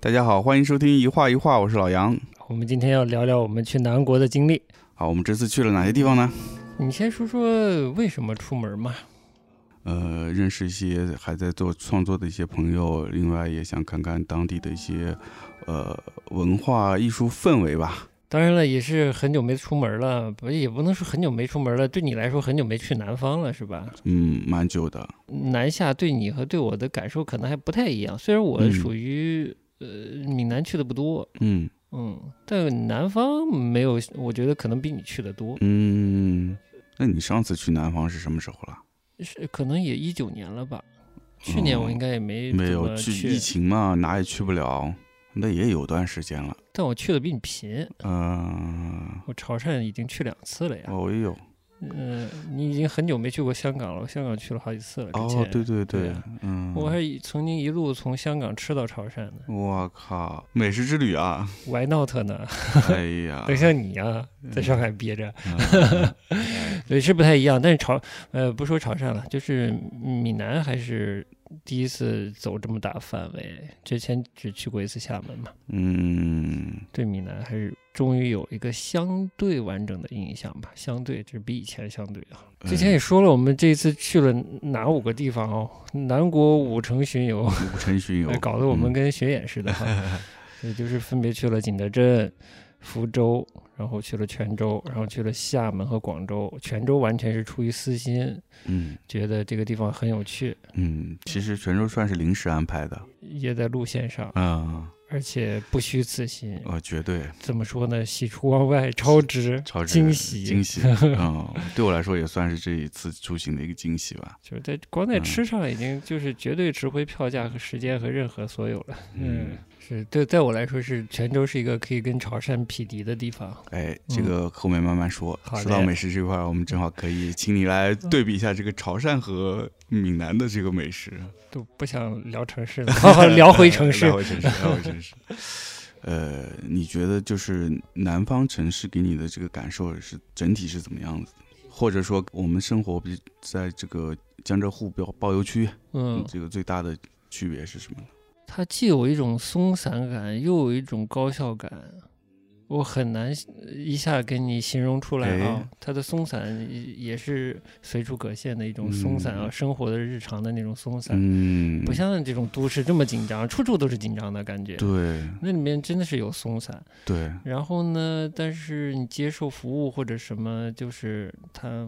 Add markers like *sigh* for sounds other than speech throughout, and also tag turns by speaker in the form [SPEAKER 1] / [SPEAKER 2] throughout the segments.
[SPEAKER 1] 大家好，欢迎收听一画一画，我是老杨。
[SPEAKER 2] 我们今天要聊聊我们去南国的经历。
[SPEAKER 1] 好，我们这次去了哪些地方呢？
[SPEAKER 2] 你先说说为什么出门嘛？
[SPEAKER 1] 呃，认识一些还在做创作的一些朋友，另外也想看看当地的一些呃文化艺术氛围吧。
[SPEAKER 2] 当然了，也是很久没出门了，不也不能说很久没出门了，对你来说很久没去南方了是吧？
[SPEAKER 1] 嗯，蛮久的。
[SPEAKER 2] 南下对你和对我的感受可能还不太一样，虽然我
[SPEAKER 1] 嗯
[SPEAKER 2] 属于、呃闽南去的不多，
[SPEAKER 1] 嗯
[SPEAKER 2] 嗯，但南方没有，我觉得可能比你去的多，
[SPEAKER 1] 嗯，那你上次去南方是什么时候了？
[SPEAKER 2] 是可能也一九年了吧？去年我应该也没、
[SPEAKER 1] 嗯没
[SPEAKER 2] 怎
[SPEAKER 1] 有
[SPEAKER 2] 么
[SPEAKER 1] 去
[SPEAKER 2] 去，
[SPEAKER 1] 疫情嘛，哪也去不了。那也有段时间了。
[SPEAKER 2] 但我去的比你频，
[SPEAKER 1] 嗯、
[SPEAKER 2] 我潮汕已经去两次了呀。
[SPEAKER 1] 哦，也有。
[SPEAKER 2] 嗯，你已经很久没去过香港了，我香港去了好几次了。之前
[SPEAKER 1] 哦，对对
[SPEAKER 2] 对啊
[SPEAKER 1] 嗯，
[SPEAKER 2] 我还一曾经一路从香港吃到潮汕呢，
[SPEAKER 1] 我靠，美食之旅
[SPEAKER 2] *laughs*
[SPEAKER 1] 啊！
[SPEAKER 2] why not 呢？
[SPEAKER 1] 哎呀，
[SPEAKER 2] 等像你啊，在上海憋着，
[SPEAKER 1] 嗯
[SPEAKER 2] *laughs* 对，是不太一样。但是潮，呃，不说潮汕了，就是闽南还是第一次走这么大范围，之前只去过一次厦门嘛，
[SPEAKER 1] 嗯，
[SPEAKER 2] 对闽南还是终于有一个相对完整的印象吧。相对，就是比以前相对啊。之前
[SPEAKER 1] 嗯
[SPEAKER 2] 也说了，我们这次去了哪五个地方哦？南国五城巡游。
[SPEAKER 1] 五嗯城巡游嗯
[SPEAKER 2] 哎，搞得我们跟巡演似的
[SPEAKER 1] *laughs*
[SPEAKER 2] 哈。也就是分别去了景德镇、福州，然后去了泉州，然后去了厦门和广州。泉州完全是出于私心，
[SPEAKER 1] 嗯
[SPEAKER 2] 觉得这个地方很有趣，
[SPEAKER 1] 嗯，其实泉州算是临时安排的，
[SPEAKER 2] 也在路线上，
[SPEAKER 1] 嗯，
[SPEAKER 2] 而且不虚此行。
[SPEAKER 1] 哦，绝对
[SPEAKER 2] 怎么说呢？喜出望外，超值，
[SPEAKER 1] 超值
[SPEAKER 2] 惊喜，
[SPEAKER 1] 惊
[SPEAKER 2] *laughs*
[SPEAKER 1] 喜，嗯，对我来说也算是这一次出行的一个惊喜吧，
[SPEAKER 2] 就是在光
[SPEAKER 1] 嗯
[SPEAKER 2] 在吃上已经就是绝对值回票价和时间和任何所有了。
[SPEAKER 1] 嗯，
[SPEAKER 2] 是对，在我来说是泉州是一个可以跟潮汕匹敌的地方。
[SPEAKER 1] 哎，这个后面慢慢说。
[SPEAKER 2] 嗯好嘞
[SPEAKER 1] 说到美食这块儿，我们正好可以请你来对比一下这个潮汕和闽南的这个美食。
[SPEAKER 2] 都不想聊城市
[SPEAKER 1] *laughs*
[SPEAKER 2] 了，好好 *laughs* 聊回城市
[SPEAKER 1] 聊。回城市，聊回城市。呃，你觉得就是南方城市给你的这个感受是整体是怎么样子的？或者说，我们生活比在这个江浙沪标包邮区，
[SPEAKER 2] 嗯，
[SPEAKER 1] 这个最大的区别是什么呢？
[SPEAKER 2] 它既有一种松散感，又有一种高效感。我很难呃一下给你形容出来啊
[SPEAKER 1] 哎，
[SPEAKER 2] 它的松散也也是随处可见的一种松散啊，
[SPEAKER 1] 嗯
[SPEAKER 2] 生活的日常的那种松散，
[SPEAKER 1] 嗯，
[SPEAKER 2] 不像这种都市这么紧张，处处都是紧张的感觉。
[SPEAKER 1] 对
[SPEAKER 2] 那里面真的是有松散，
[SPEAKER 1] 对，
[SPEAKER 2] 然后呢，但是你接受服务或者什么，就是它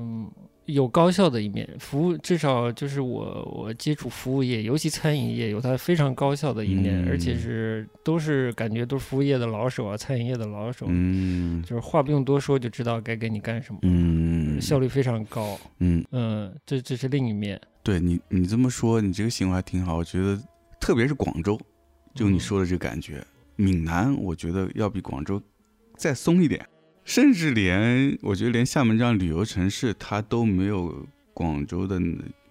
[SPEAKER 2] 有高效的一面，服务至少就是我我接触服务业，尤其餐饮业，有它非常高效的一面，
[SPEAKER 1] 嗯
[SPEAKER 2] 而且是都是感觉都是服务业的老手啊，餐饮业的老手，
[SPEAKER 1] 嗯
[SPEAKER 2] 就是话不用多说就知道该给你干什么，
[SPEAKER 1] 嗯
[SPEAKER 2] 效率非常高。
[SPEAKER 1] 嗯，
[SPEAKER 2] 嗯，这这是另一面。
[SPEAKER 1] 对你你这么说，你这个行为还挺好，我觉得，特别是广州，就
[SPEAKER 2] 嗯
[SPEAKER 1] 你说的这个感觉，闽南我觉得要比广州再松一点，甚至连我觉得连厦门这样旅游城市，它都没有广州的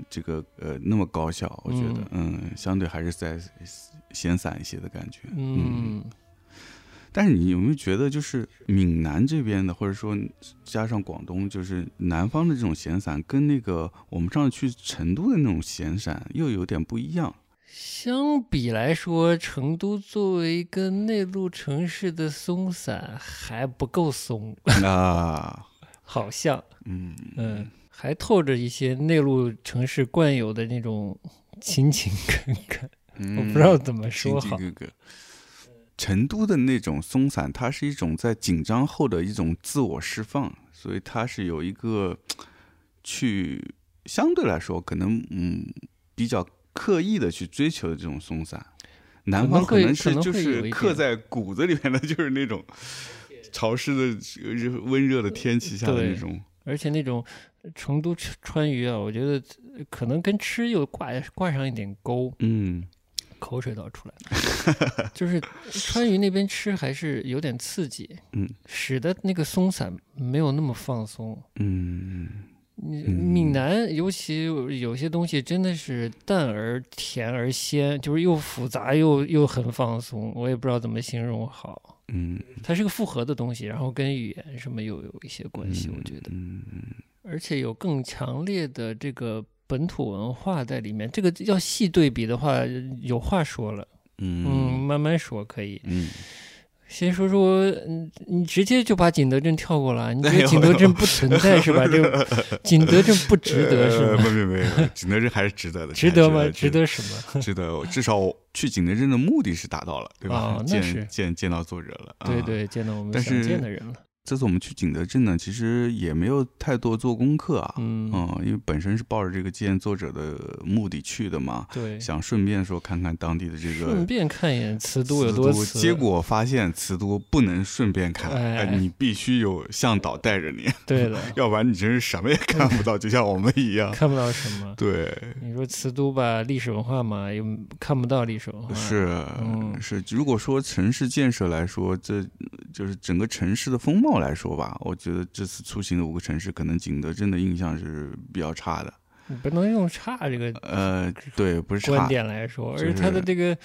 [SPEAKER 1] 这个呃那么高效。我觉得，嗯相对还是在闲散一些的感觉。
[SPEAKER 2] 嗯，
[SPEAKER 1] 但是你有没有觉得，就是闽南这边的，或者说加上广东，就是南方的这种闲散，跟那个我们上次去成都的那种闲散又有点不一
[SPEAKER 2] *laughs*
[SPEAKER 1] 样？
[SPEAKER 2] 相比来说，成都作为一个内陆城市的松散还不够松，
[SPEAKER 1] 啊，
[SPEAKER 2] 好像。
[SPEAKER 1] 嗯
[SPEAKER 2] 嗯，还透着一些内陆城市惯有的那种勤勤恳恳，
[SPEAKER 1] 嗯
[SPEAKER 2] 我不知道怎么
[SPEAKER 1] 经
[SPEAKER 2] 说
[SPEAKER 1] 济
[SPEAKER 2] 好。
[SPEAKER 1] 这个成都的那种松散，它是一种在紧张后的一种自我释放，所以它是有一个去相对来说可能嗯比较刻意的去追求的这种松散。南方
[SPEAKER 2] 可能会
[SPEAKER 1] 是
[SPEAKER 2] 可能会
[SPEAKER 1] 就
[SPEAKER 2] 有
[SPEAKER 1] 是
[SPEAKER 2] 一
[SPEAKER 1] 刻
[SPEAKER 2] 点
[SPEAKER 1] 在骨子里面的，就是那种潮湿的、热温热的天气下的那
[SPEAKER 2] 对
[SPEAKER 1] 种。
[SPEAKER 2] 而且那种成都川川渝啊，我觉得可能跟吃又挂挂上一点钩，
[SPEAKER 1] 嗯
[SPEAKER 2] 口水都要
[SPEAKER 1] *laughs*
[SPEAKER 2] 出来了。就是川渝那边吃还是有点刺激，
[SPEAKER 1] 嗯，
[SPEAKER 2] 使得那个松散没有那么放松。
[SPEAKER 1] 嗯，
[SPEAKER 2] 你
[SPEAKER 1] 嗯
[SPEAKER 2] 闽南尤其有些东西真的是淡而甜而鲜，就是又复杂又又很放松，我也不知道怎么形容好。
[SPEAKER 1] 嗯，
[SPEAKER 2] 它是个复合的东西，然后跟语言什么又有一些关系，我觉得。
[SPEAKER 1] 嗯，嗯
[SPEAKER 2] 而且有更强烈的这个本土文化在里面。这个要细对比的话，有话说了，嗯，
[SPEAKER 1] 嗯
[SPEAKER 2] 慢慢说可以。
[SPEAKER 1] 嗯，
[SPEAKER 2] 先说说，嗯，你直接就把景德镇跳过了，你觉
[SPEAKER 1] 哎呦
[SPEAKER 2] 得景德
[SPEAKER 1] *laughs*
[SPEAKER 2] 镇不存在是吧？这个景德镇不值得是
[SPEAKER 1] 呃没
[SPEAKER 2] 吗？
[SPEAKER 1] 有没有没有，景德镇还是值得的，
[SPEAKER 2] *laughs* 值得吗？值
[SPEAKER 1] 值
[SPEAKER 2] 得什么？
[SPEAKER 1] 值得，至少我去景德镇的目的是达到了，对吧？
[SPEAKER 2] 哦那是
[SPEAKER 1] 见见见到作者了，啊
[SPEAKER 2] 对。对，见到我们
[SPEAKER 1] 但
[SPEAKER 2] 想
[SPEAKER 1] 是
[SPEAKER 2] 见的人了。
[SPEAKER 1] 这次我们去景德镇呢，其实也没有太多做功课啊，
[SPEAKER 2] 嗯，
[SPEAKER 1] 嗯，因为本身是抱着这个见作者的目的去的嘛，
[SPEAKER 2] 对，
[SPEAKER 1] 想顺便说看看当地的这
[SPEAKER 2] 顺
[SPEAKER 1] 个。
[SPEAKER 2] 便看一眼瓷都有多瓷。
[SPEAKER 1] 结果发现瓷都不能顺便看，
[SPEAKER 2] 哎
[SPEAKER 1] 呃你必须有向导带着你， *laughs*
[SPEAKER 2] 对的，
[SPEAKER 1] 要不然你真是什么也看不到，就像我们一样。
[SPEAKER 2] 嗯 *laughs* 看不到什么。
[SPEAKER 1] 对，
[SPEAKER 2] 你说瓷都吧，历史文化嘛，又看不到历史文化。
[SPEAKER 1] 是、
[SPEAKER 2] 哎嗯
[SPEAKER 1] 是。如果说城市建设来说，这就是整个城市的风貌来说吧，我觉得这次出行的五个城市，可能景德镇的印象是比较差的。
[SPEAKER 2] 你不能用差这个
[SPEAKER 1] 呃，对，不是
[SPEAKER 2] 观
[SPEAKER 1] 差，
[SPEAKER 2] 点来说，
[SPEAKER 1] 就
[SPEAKER 2] 而它的
[SPEAKER 1] 是
[SPEAKER 2] 这个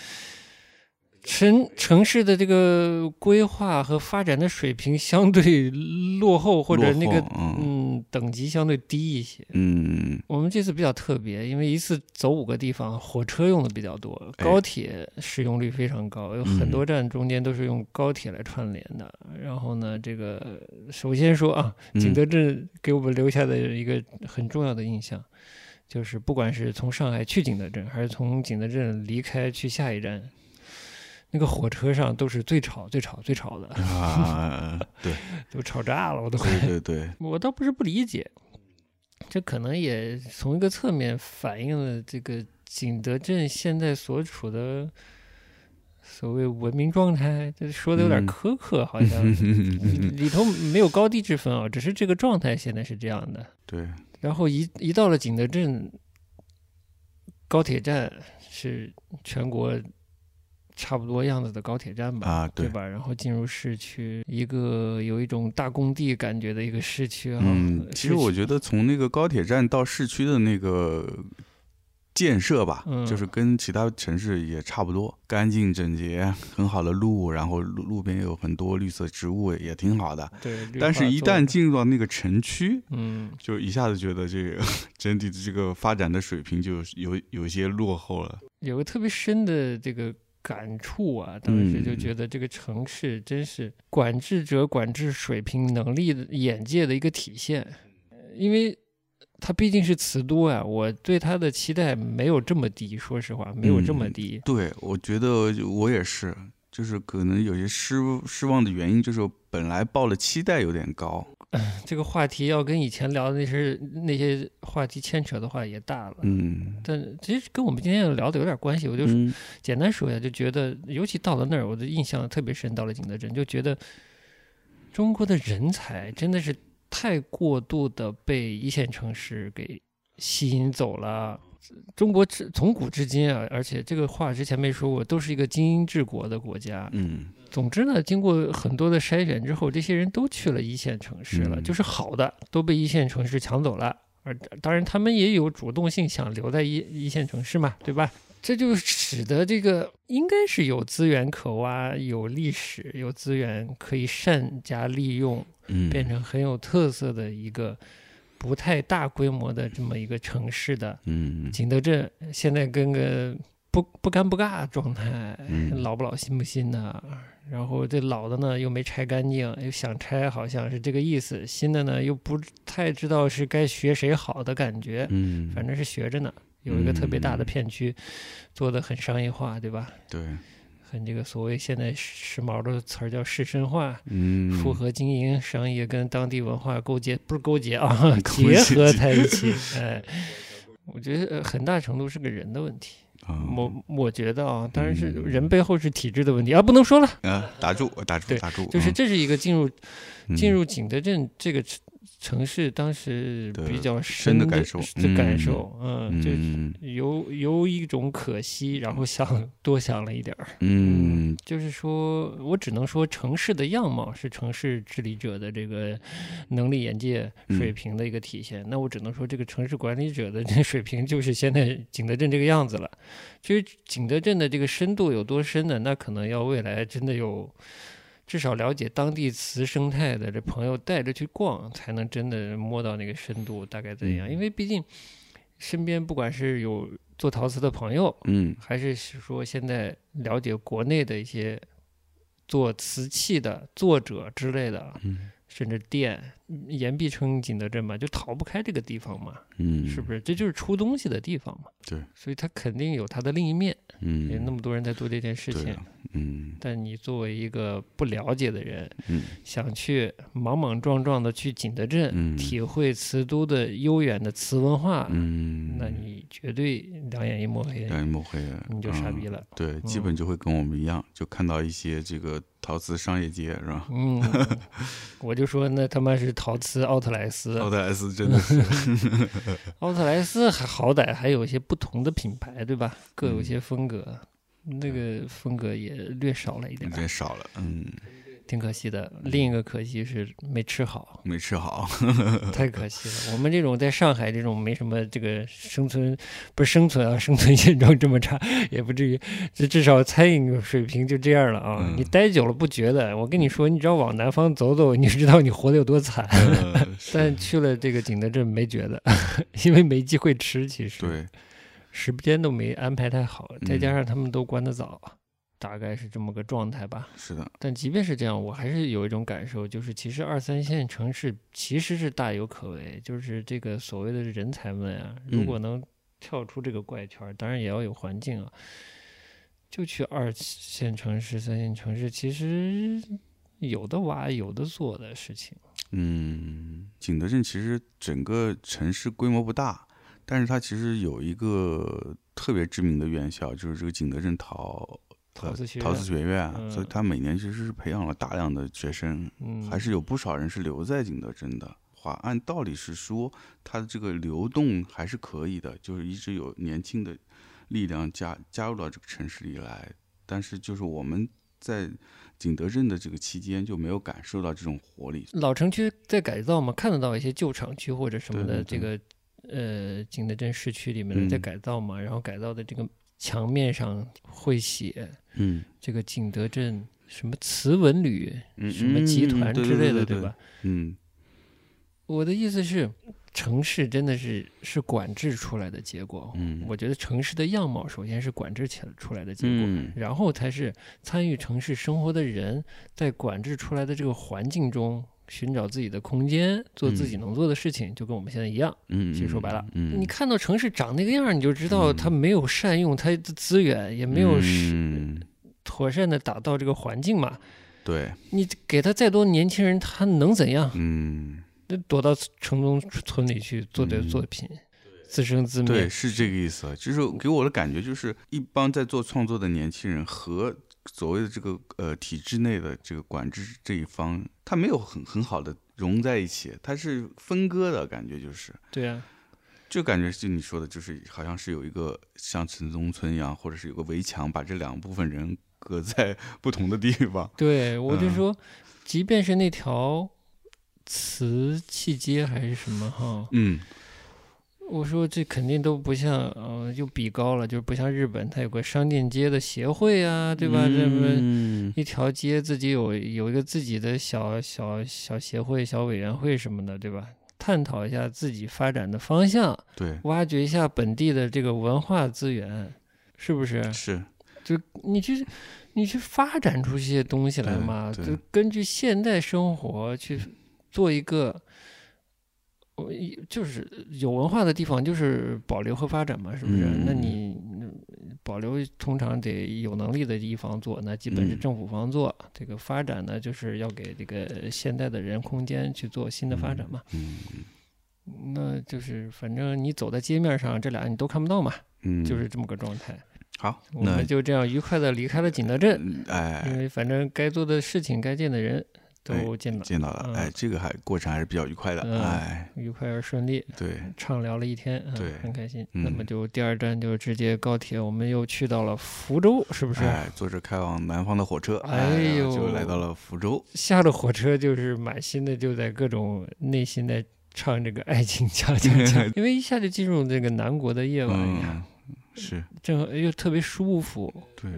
[SPEAKER 2] 城城市的这个规划和发展的水平相对落后，或者
[SPEAKER 1] 落
[SPEAKER 2] 那个
[SPEAKER 1] 后嗯
[SPEAKER 2] 嗯等级相对低一些。
[SPEAKER 1] 嗯
[SPEAKER 2] 我们这次比较特别，因为一次走五个地方，火车用的比较多，
[SPEAKER 1] 哎
[SPEAKER 2] 高铁使用率非常高，有很
[SPEAKER 1] 嗯
[SPEAKER 2] 多站中间都是用高铁来串联的。然后呢，这个首先说啊，
[SPEAKER 1] 嗯
[SPEAKER 2] 景德镇给我们留下的一个很重要的印象，就是不管是从上海去景德镇，还是从景德镇离开去下一站，那个火车上都是最吵、最吵、最吵的，
[SPEAKER 1] 啊，对
[SPEAKER 2] 都吵炸了，我都快。
[SPEAKER 1] 对
[SPEAKER 2] *laughs*
[SPEAKER 1] 对对，
[SPEAKER 2] 我倒不是不理解，这可能也从一个侧面反映了这个景德镇现在所处的所谓文明状态。这说的有点
[SPEAKER 1] 嗯
[SPEAKER 2] 苛刻，好像里头没有高低之分啊，只是这个状态现在是这样的。
[SPEAKER 1] 对，
[SPEAKER 2] 然后一一到了景德镇高铁站，是全国差不多样子的高铁站吧？
[SPEAKER 1] 啊对
[SPEAKER 2] 吧？然后进入市区，一个有一种大工地感觉的一个市区啊。
[SPEAKER 1] 嗯，
[SPEAKER 2] 市
[SPEAKER 1] 其实我
[SPEAKER 2] 区
[SPEAKER 1] 觉得从那个高铁站到市区的那个建设吧，
[SPEAKER 2] 嗯
[SPEAKER 1] 就是跟其他城市也差不多，干净整洁，很好的路，然后路路边有很多绿色植物，也挺好的。
[SPEAKER 2] 对，绿
[SPEAKER 1] 但
[SPEAKER 2] 化
[SPEAKER 1] 是，一
[SPEAKER 2] 做得
[SPEAKER 1] 旦进入到那个城区，
[SPEAKER 2] 嗯，
[SPEAKER 1] 就一下子觉得这个 *laughs* 整体的这个发展的水平就有有一些落后了。
[SPEAKER 2] 有个特别深的这个感触啊，当时就
[SPEAKER 1] 嗯
[SPEAKER 2] 觉得这个城市真是管制者管制水平能力的眼界的一个体现，呃因为。它毕竟是瓷都啊，我对它的期待没有这么低，说实话，没有这么
[SPEAKER 1] 嗯
[SPEAKER 2] 低。
[SPEAKER 1] 对，我觉得我也是，就是可能有些失失望的原因，就是我本来抱的期待有点高。
[SPEAKER 2] 这个话题要跟以前聊的那些那些话题牵扯的话也大了，
[SPEAKER 1] 嗯，
[SPEAKER 2] 但其实跟我们今天聊的有点关系。我就是
[SPEAKER 1] 嗯
[SPEAKER 2] 简单说一下，就觉得，尤其到了那儿，我的印象特别深。到了景德镇，就觉得中国的人才真的是太过度的被一线城市给吸引走了。中国至从古至今啊，而且这个话之前没说过，都是一个精英治国的国家。
[SPEAKER 1] 嗯。
[SPEAKER 2] 总之呢，经过很多的筛选之后，这些人都去了一线城市了，
[SPEAKER 1] 嗯
[SPEAKER 2] 就是好的都被一线城市抢走了。而当然，他们也有主动性想留在一一线城市嘛，对吧？这就使得这个应该是有资源可挖、有历史、有资源可以善加利用，
[SPEAKER 1] 嗯，
[SPEAKER 2] 变成很有特色的一个不太大规模的这么一个城市的
[SPEAKER 1] 嗯
[SPEAKER 2] 景德镇现在跟个不不干不尬状态，
[SPEAKER 1] 嗯
[SPEAKER 2] 老不老新不新的。然后这老的呢又没拆干净，又想拆，好像是这个意思；新的呢又不太知道是该学谁好的感觉，
[SPEAKER 1] 嗯，
[SPEAKER 2] 反正是学着呢。有一个特别大的
[SPEAKER 1] 嗯
[SPEAKER 2] 片区，做的很商业化，对吧？
[SPEAKER 1] 对，
[SPEAKER 2] 很这个所谓现在时髦的词儿叫市绅化，
[SPEAKER 1] 嗯，
[SPEAKER 2] 复合经营、商业跟当地文化勾结，不是勾结啊，
[SPEAKER 1] *laughs* 勾
[SPEAKER 2] 结
[SPEAKER 1] 结
[SPEAKER 2] 合在
[SPEAKER 1] *laughs*
[SPEAKER 2] 一起。哎，我觉得呃很大程度是个人的问题。
[SPEAKER 1] 啊
[SPEAKER 2] 我我觉得啊，当然是
[SPEAKER 1] 嗯
[SPEAKER 2] 人背后是体制的问题啊，不能说了，
[SPEAKER 1] 啊，打住，打住，
[SPEAKER 2] 对
[SPEAKER 1] 打住，
[SPEAKER 2] 就是
[SPEAKER 1] 嗯
[SPEAKER 2] 这是一个进入
[SPEAKER 1] 嗯
[SPEAKER 2] 进入景德镇这个城城市当时
[SPEAKER 1] 的
[SPEAKER 2] 比较
[SPEAKER 1] 深的
[SPEAKER 2] 的
[SPEAKER 1] 感受
[SPEAKER 2] 的感
[SPEAKER 1] 嗯
[SPEAKER 2] 受，嗯，就
[SPEAKER 1] 嗯
[SPEAKER 2] 有有一种可惜，然后想多想了一点儿。
[SPEAKER 1] 嗯
[SPEAKER 2] 就是说我只能说城市的样貌是城市治理者的这个能力、眼界、
[SPEAKER 1] 嗯
[SPEAKER 2] 水平的一个体现。那我只能说，这个城市管理者的这个水平就是现在景德镇这个样子了。至于景德镇的这个深度有多深呢？那可能要未来真的有。至少了解当地磁生态的这朋友带着去逛，才能真的摸到那个深度大概怎样。
[SPEAKER 1] 嗯
[SPEAKER 2] 因为毕竟身边不管是有做陶瓷的朋友，
[SPEAKER 1] 嗯
[SPEAKER 2] 还是说现在了解国内的一些做瓷器的作者之类的，啊
[SPEAKER 1] 嗯
[SPEAKER 2] 甚至店，嗯言必称景德镇嘛，就逃不开这个地方嘛，
[SPEAKER 1] 嗯，
[SPEAKER 2] 是不
[SPEAKER 1] 是？
[SPEAKER 2] 是？这就是出东西的地方嘛。
[SPEAKER 1] 对，
[SPEAKER 2] 所以它肯定有它的另一面，也
[SPEAKER 1] 嗯，
[SPEAKER 2] 那么多人在做这件事
[SPEAKER 1] 对
[SPEAKER 2] 情
[SPEAKER 1] 啊。嗯
[SPEAKER 2] 但你作为一个不了解的人，
[SPEAKER 1] 嗯
[SPEAKER 2] 想去莽莽撞撞的去景德镇，
[SPEAKER 1] 嗯
[SPEAKER 2] 体会瓷都的悠远的瓷文化，
[SPEAKER 1] 嗯，
[SPEAKER 2] 啊那你绝对两眼一抹黑，
[SPEAKER 1] 两眼抹黑了，
[SPEAKER 2] 你就傻
[SPEAKER 1] 嗯
[SPEAKER 2] 逼了。
[SPEAKER 1] 对，基本就会跟我们一样，就看到一些这个陶瓷商业街是吧？
[SPEAKER 2] 嗯，我就说那他妈是陶瓷奥特莱斯，
[SPEAKER 1] 奥特 S 真的
[SPEAKER 2] *laughs*
[SPEAKER 1] 是，
[SPEAKER 2] 奥特莱斯还好歹还有一些不同的品牌，对吧？各有一些风格，那个风格也略少了一点
[SPEAKER 1] 有
[SPEAKER 2] 儿，
[SPEAKER 1] 点少了，嗯，
[SPEAKER 2] 挺可惜的。另一个可惜是没吃
[SPEAKER 1] *laughs*
[SPEAKER 2] 好，
[SPEAKER 1] 没吃
[SPEAKER 2] *laughs*
[SPEAKER 1] 好，
[SPEAKER 2] 太可惜了。我们这种在上海这种没什么这个生存，不是生存啊，生存现状这么差， *laughs* 也不至于，这至少餐饮水平就这样了啊。
[SPEAKER 1] 嗯
[SPEAKER 2] 你待久了不觉得？我跟你说，你只要往南方走走，你就知道你活得有多惨。
[SPEAKER 1] 呃是
[SPEAKER 2] 但去了这个景德镇没觉得， *laughs* 因为没机会吃，其实
[SPEAKER 1] 对，
[SPEAKER 2] 时间都没安排太好，再
[SPEAKER 1] 嗯
[SPEAKER 2] 加上他们都关得早，大概是这么个状态吧。
[SPEAKER 1] 是的，
[SPEAKER 2] 但即便是这样，我还是有一种感受，就是其实二三线城市其实是大有可为，就是这个所谓的人才们啊，如
[SPEAKER 1] 嗯
[SPEAKER 2] 果能跳出这个怪圈儿，当然也要有环境啊，就去二线城市、三线城市，其实有的挖，有的做的事情。
[SPEAKER 1] 嗯，景德镇其实整个城市规模不大，但是它其实有一个特别知名的院校，就是这个景德镇陶
[SPEAKER 2] 陶
[SPEAKER 1] 呃
[SPEAKER 2] 瓷学
[SPEAKER 1] 陶
[SPEAKER 2] 院
[SPEAKER 1] 瓷学院，
[SPEAKER 2] 嗯
[SPEAKER 1] 所以它每年其实是培养了大量的学生，
[SPEAKER 2] 嗯，
[SPEAKER 1] 还是有不少人是留在景德镇的。话按道理是说，它的这个流动还是可以的，就是一直有年轻的力量加加入到这个城市里来。但是就是我们在景德镇的这个期间就没有感受到这种活力。
[SPEAKER 2] 老城区在改造嘛，看得到一些旧厂区或者什么
[SPEAKER 1] 对对
[SPEAKER 2] 的，这
[SPEAKER 1] 对
[SPEAKER 2] 个呃景德镇市区里面的在
[SPEAKER 1] 嗯
[SPEAKER 2] 改造嘛，然后改造的这个墙面上会写
[SPEAKER 1] 嗯，
[SPEAKER 2] 这个景德镇什么瓷文旅、
[SPEAKER 1] 嗯
[SPEAKER 2] 什么集团之类的，
[SPEAKER 1] 对
[SPEAKER 2] 吧？？
[SPEAKER 1] 嗯
[SPEAKER 2] 我的意思是，城市真的是是管制出来的结果。
[SPEAKER 1] 嗯，
[SPEAKER 2] 我觉得城市的样貌首先是管制起来出来的结果，
[SPEAKER 1] 嗯
[SPEAKER 2] 然后才是参与城市生活的人在管制出来的这个环境中寻找自己的空间，做自己能做的事情，就跟我们现在一样。
[SPEAKER 1] 嗯，
[SPEAKER 2] 其实说白了
[SPEAKER 1] 嗯，嗯，
[SPEAKER 2] 你看到城市长那个样儿，你就知道
[SPEAKER 1] 嗯
[SPEAKER 2] 它没有善用它的资源，也没有是
[SPEAKER 1] 嗯，
[SPEAKER 2] 妥善的打造这个环境嘛。
[SPEAKER 1] 对，
[SPEAKER 2] 你给他再多年轻人，他能怎样？
[SPEAKER 1] 嗯，
[SPEAKER 2] 那躲到城中村里去做点
[SPEAKER 1] 嗯
[SPEAKER 2] 作品，自生自
[SPEAKER 1] 对，
[SPEAKER 2] 灭。
[SPEAKER 1] 是这个意思。啊就是给我的感觉就是，一帮在做创作的年轻人和所谓的这个呃体制内的这个管制这一方，他没有很很好的融在一起，他是分割的感觉，就是。
[SPEAKER 2] 对啊，
[SPEAKER 1] 就感觉是你说的，就是好像是有一个像城中村一样，或者是有个围墙把这两部分人隔在不同的地方。
[SPEAKER 2] 对我就
[SPEAKER 1] 嗯
[SPEAKER 2] 说，即便是那条瓷器街还是什么哈，
[SPEAKER 1] 嗯，
[SPEAKER 2] 我说这肯定都不像，呃，就比高了，就是不像日本，它有个商店街的协会啊，对吧？这么
[SPEAKER 1] 嗯
[SPEAKER 2] 一条街自己有有一个自己的小小小协会、小委员会什么的，对吧？探讨一下自己发展的方向，
[SPEAKER 1] 对，
[SPEAKER 2] 挖掘一下本地的这个文化资源，是不是？
[SPEAKER 1] 是，
[SPEAKER 2] 就你去，你去发展出一些东西来
[SPEAKER 1] 对
[SPEAKER 2] 嘛，
[SPEAKER 1] 对
[SPEAKER 2] 就根据现代生活去做一个，我就是有文化的地方就是保留和发展嘛，是不是？
[SPEAKER 1] 嗯
[SPEAKER 2] 那你嗯保留通常得有能力的一方做，那基本是
[SPEAKER 1] 嗯
[SPEAKER 2] 政府方做。这个发展呢，就是要给这个现代的人空间去做新的发展嘛。
[SPEAKER 1] 嗯
[SPEAKER 2] 那就是反正你走在街面上，这俩你都看不到嘛，
[SPEAKER 1] 嗯，
[SPEAKER 2] 就是这么个状态。
[SPEAKER 1] 好，
[SPEAKER 2] 我
[SPEAKER 1] 那
[SPEAKER 2] 们就这样愉快的离开了景德镇。
[SPEAKER 1] 嗯哎
[SPEAKER 2] 因为反正该做的事情、该见的人都见到，
[SPEAKER 1] 见到了，哎，
[SPEAKER 2] 嗯
[SPEAKER 1] 这个还过程还是比较愉快的，
[SPEAKER 2] 嗯
[SPEAKER 1] 哎，
[SPEAKER 2] 愉快而顺利，
[SPEAKER 1] 对，
[SPEAKER 2] 畅聊了一天，嗯
[SPEAKER 1] 对
[SPEAKER 2] 很开心。那
[SPEAKER 1] 嗯
[SPEAKER 2] 么就第二站就直接高铁，我们又去到了福州，是不是？
[SPEAKER 1] 哎，坐着开往南方的火车，
[SPEAKER 2] 哎
[SPEAKER 1] 然后
[SPEAKER 2] 呦
[SPEAKER 1] 就来到了福州，
[SPEAKER 2] *laughs* 下了火车就是满心的就在各种内心在唱这个爱情恰恰恰，
[SPEAKER 1] *laughs*
[SPEAKER 2] 因为一下就进入这个南国的夜晚哎呀，
[SPEAKER 1] 嗯，是
[SPEAKER 2] 正好又特别舒服，
[SPEAKER 1] 对，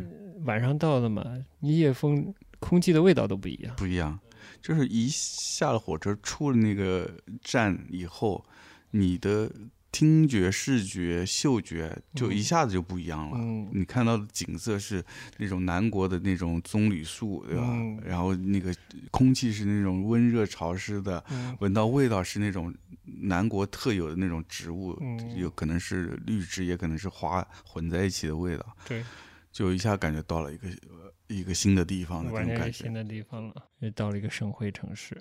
[SPEAKER 2] 晚上到的嘛，夜风空气的味道都不一样。
[SPEAKER 1] 不一样，就是一下了火车出了那个站以后，你的听觉、视觉、嗅觉就一
[SPEAKER 2] 嗯
[SPEAKER 1] 下子就不一样了。
[SPEAKER 2] 嗯，
[SPEAKER 1] 你看到的景色是那种南国的那种棕榈树，对吧？
[SPEAKER 2] 嗯
[SPEAKER 1] 然后那个空气是那种温热潮湿的，
[SPEAKER 2] 嗯
[SPEAKER 1] 闻到味道是那种南国特有的那种植物，
[SPEAKER 2] 嗯
[SPEAKER 1] 有可能是绿植，也可能是花混在一起的味道，
[SPEAKER 2] 对，
[SPEAKER 1] 就一下感觉到了一个呃一个新的地方的这
[SPEAKER 2] 玩
[SPEAKER 1] 种
[SPEAKER 2] 到
[SPEAKER 1] 感
[SPEAKER 2] 一新
[SPEAKER 1] 觉。
[SPEAKER 2] 的地方了，也到了一个省会城市，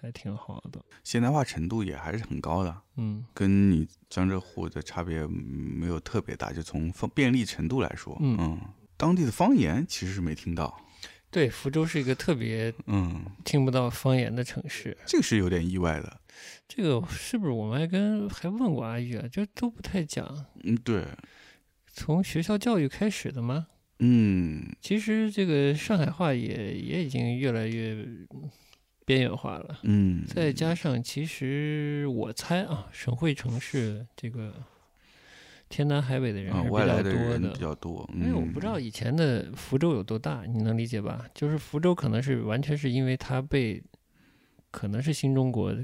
[SPEAKER 2] 还挺好的。
[SPEAKER 1] 现代化程度也还是很高的，
[SPEAKER 2] 嗯
[SPEAKER 1] 跟你江浙沪的差别没有特别大，就从方便利程度来说，
[SPEAKER 2] 嗯
[SPEAKER 1] 当地的方言其实是没听到，
[SPEAKER 2] 对，福州是一个特别
[SPEAKER 1] 嗯，
[SPEAKER 2] 听不到方言的城市。
[SPEAKER 1] 这个是有点意外的，
[SPEAKER 2] 这个是不是我们还跟还问过阿玉啊？就都不太讲，
[SPEAKER 1] 嗯，对，
[SPEAKER 2] 从学校教育开始的吗？
[SPEAKER 1] 嗯，
[SPEAKER 2] 其实这个上海话也也已经越来越边缘化了。
[SPEAKER 1] 嗯，
[SPEAKER 2] 再加上，其实我猜啊，省会城市这个天南海北的人
[SPEAKER 1] 啊、
[SPEAKER 2] 还是比
[SPEAKER 1] 外来
[SPEAKER 2] 较
[SPEAKER 1] 的
[SPEAKER 2] 多
[SPEAKER 1] 人
[SPEAKER 2] 的
[SPEAKER 1] 比。较多，嗯
[SPEAKER 2] 因为我不知道以前的福州有多大，你能理解吧？就是福州可能是完全是因为它被，可能是新中国